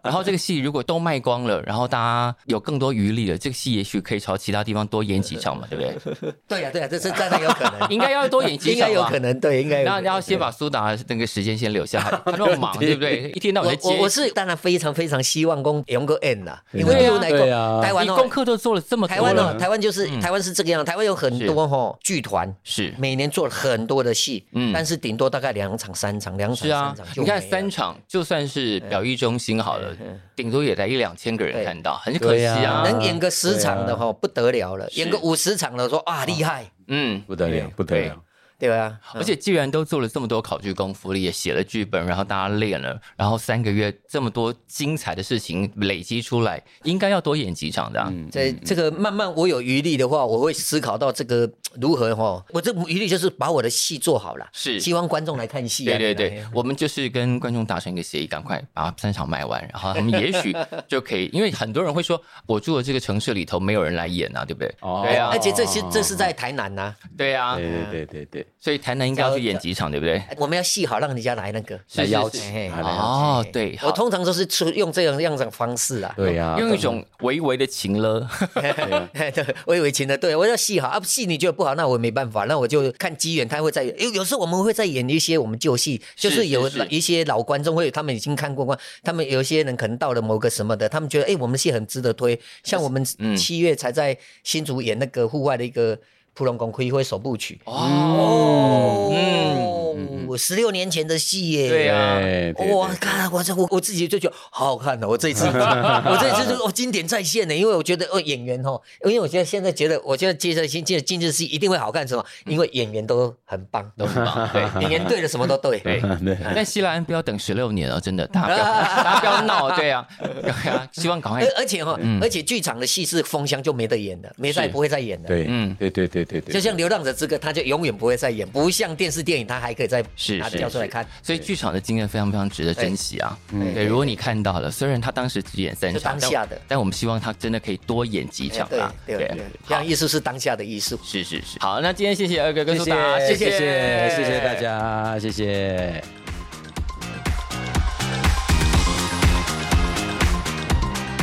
B: 然后这个戏如果都卖光了，然后大家有更多余力了，这个戏也许可以朝其他地方多演几场嘛，对不对？
A: 对啊呀，对呀，这这当然有可能，
B: 应该要多演几
A: 应
B: 场
A: 该
B: 吧
A: 有可。能，对，应该有
B: 然
A: 可
B: 后，
A: 能。
B: 然后先把苏打那个时间先留下来，他那么忙，对 不对？一天到晚
A: 我
B: 在接
A: 我我是当然非常非常希望讲用个 N 啦，因
B: 对
A: 为
B: 啊
A: 都来
C: 对啊
A: 讲台湾
B: 你
A: 哦
B: 功课都做了这么多
A: 台湾
B: 了嗯
A: 哦，台湾就是台湾是这个样，台湾有很多哈剧团，
B: 是
A: 每年做了很多的戏，
B: 嗯
A: 但是顶多大概两场、三场，两场、
B: 是啊
A: 三场，就
B: 你看
A: 没了
B: 三场，就算是表艺中心好了，顶多也才一两千个人
A: 对
B: 看到，很可惜
C: 对
B: 啊
C: 啊。
A: 能演个十场的哈、不得了了；演个五十场的说啊厉害，
B: 嗯，
C: 不得了，不得了。
A: 对吧、啊？
B: 而且既然都做了这么多考据功夫了，也写了剧本，然后大家练了，然后三个月这么多精彩的事情累积出来，应该要多演几场的、啊。
C: 嗯
A: 在这个慢慢我有余力的话，我会思考到这个如何哈。我这余力就是把我的戏做好了，
B: 是
A: 希望观众来看戏、啊。
B: 对对
A: 哎
B: 对
A: 呀，
B: 我们就是跟观众达成一个协议，赶快把三场卖完，然后他们也许就可以，因为很多人会说，我住的这个城市里头没有人来演啊，对不对？
C: 哦
B: 对啊
A: 而，且这些这是在台南呐、
B: 对啊，
C: 对对对对
B: 所以台南应该要去演几场，对不对？
A: 哎我们要戏好，让人家来那个
B: 是
A: 来
B: 是
A: 邀
B: 是
A: 请。嘿
C: 好
B: 哦，对，
A: 我
B: 好，
A: 通常都是出用这样样的方式啊。
C: 对呀，
B: 用一种微微的情了，
A: 对，我以为情的，对我要戏好啊，戏你觉得不好，那我也没办法，那我就看机缘，他会再有有时候我们会再演一些我们旧戏，
B: 是
A: 就是有
B: 是是
A: 一些老观众会他们已经看过过，他们有些人可能到了某个什么的，他们觉得哎、诶我们的戏很值得推，像我们
B: 嗯
A: 七月才在新竹演那个户外的一个普龙宫魁会首部曲
B: 哦，嗯，
A: 哦，我十六年前的戏耶，
B: 对啊
C: 对对
A: 我看我这我我自己就觉得好好看的、哦我这 一次我这一次就我哦经典再现的、因为我觉得哦演员哦，因为我觉得现在觉得我觉得接着新进今日戏一定会好看，什么？
B: 嗯
A: 因为演员都很棒，
B: 都很 棒，对。
A: 演员对了什么都对。
B: 对
C: 对，
B: 但希兰不要等十六年了，真的，大家不要，大家不要闹，对啊，对啊，希望赶快
A: 而，而且哈、
B: 嗯
A: 而且剧场的戏是封箱就没得演的，没再不会再演的。
C: 对，嗯，对对对对对，
A: 就像《流浪者之歌》，他就永远不会再演，不像电视电影，他还可以再
B: 是
A: 拿
B: 是
A: 调出来看，
B: 所以剧场的经验非常非常值得珍惜啊。对，如果你看到了，虽然他当时只演三
A: 就
B: 场，
A: 当下的
B: 但但我们希望他真的可以多演几场
A: 对
B: 啊。
A: 哎对对，这
B: 好
A: 样，艺术是当下的艺术。
B: 是是是。好，那今天谢谢二哥跟苏达，
C: 谢
B: 谢
C: 谢谢谢谢大。家，谢谢。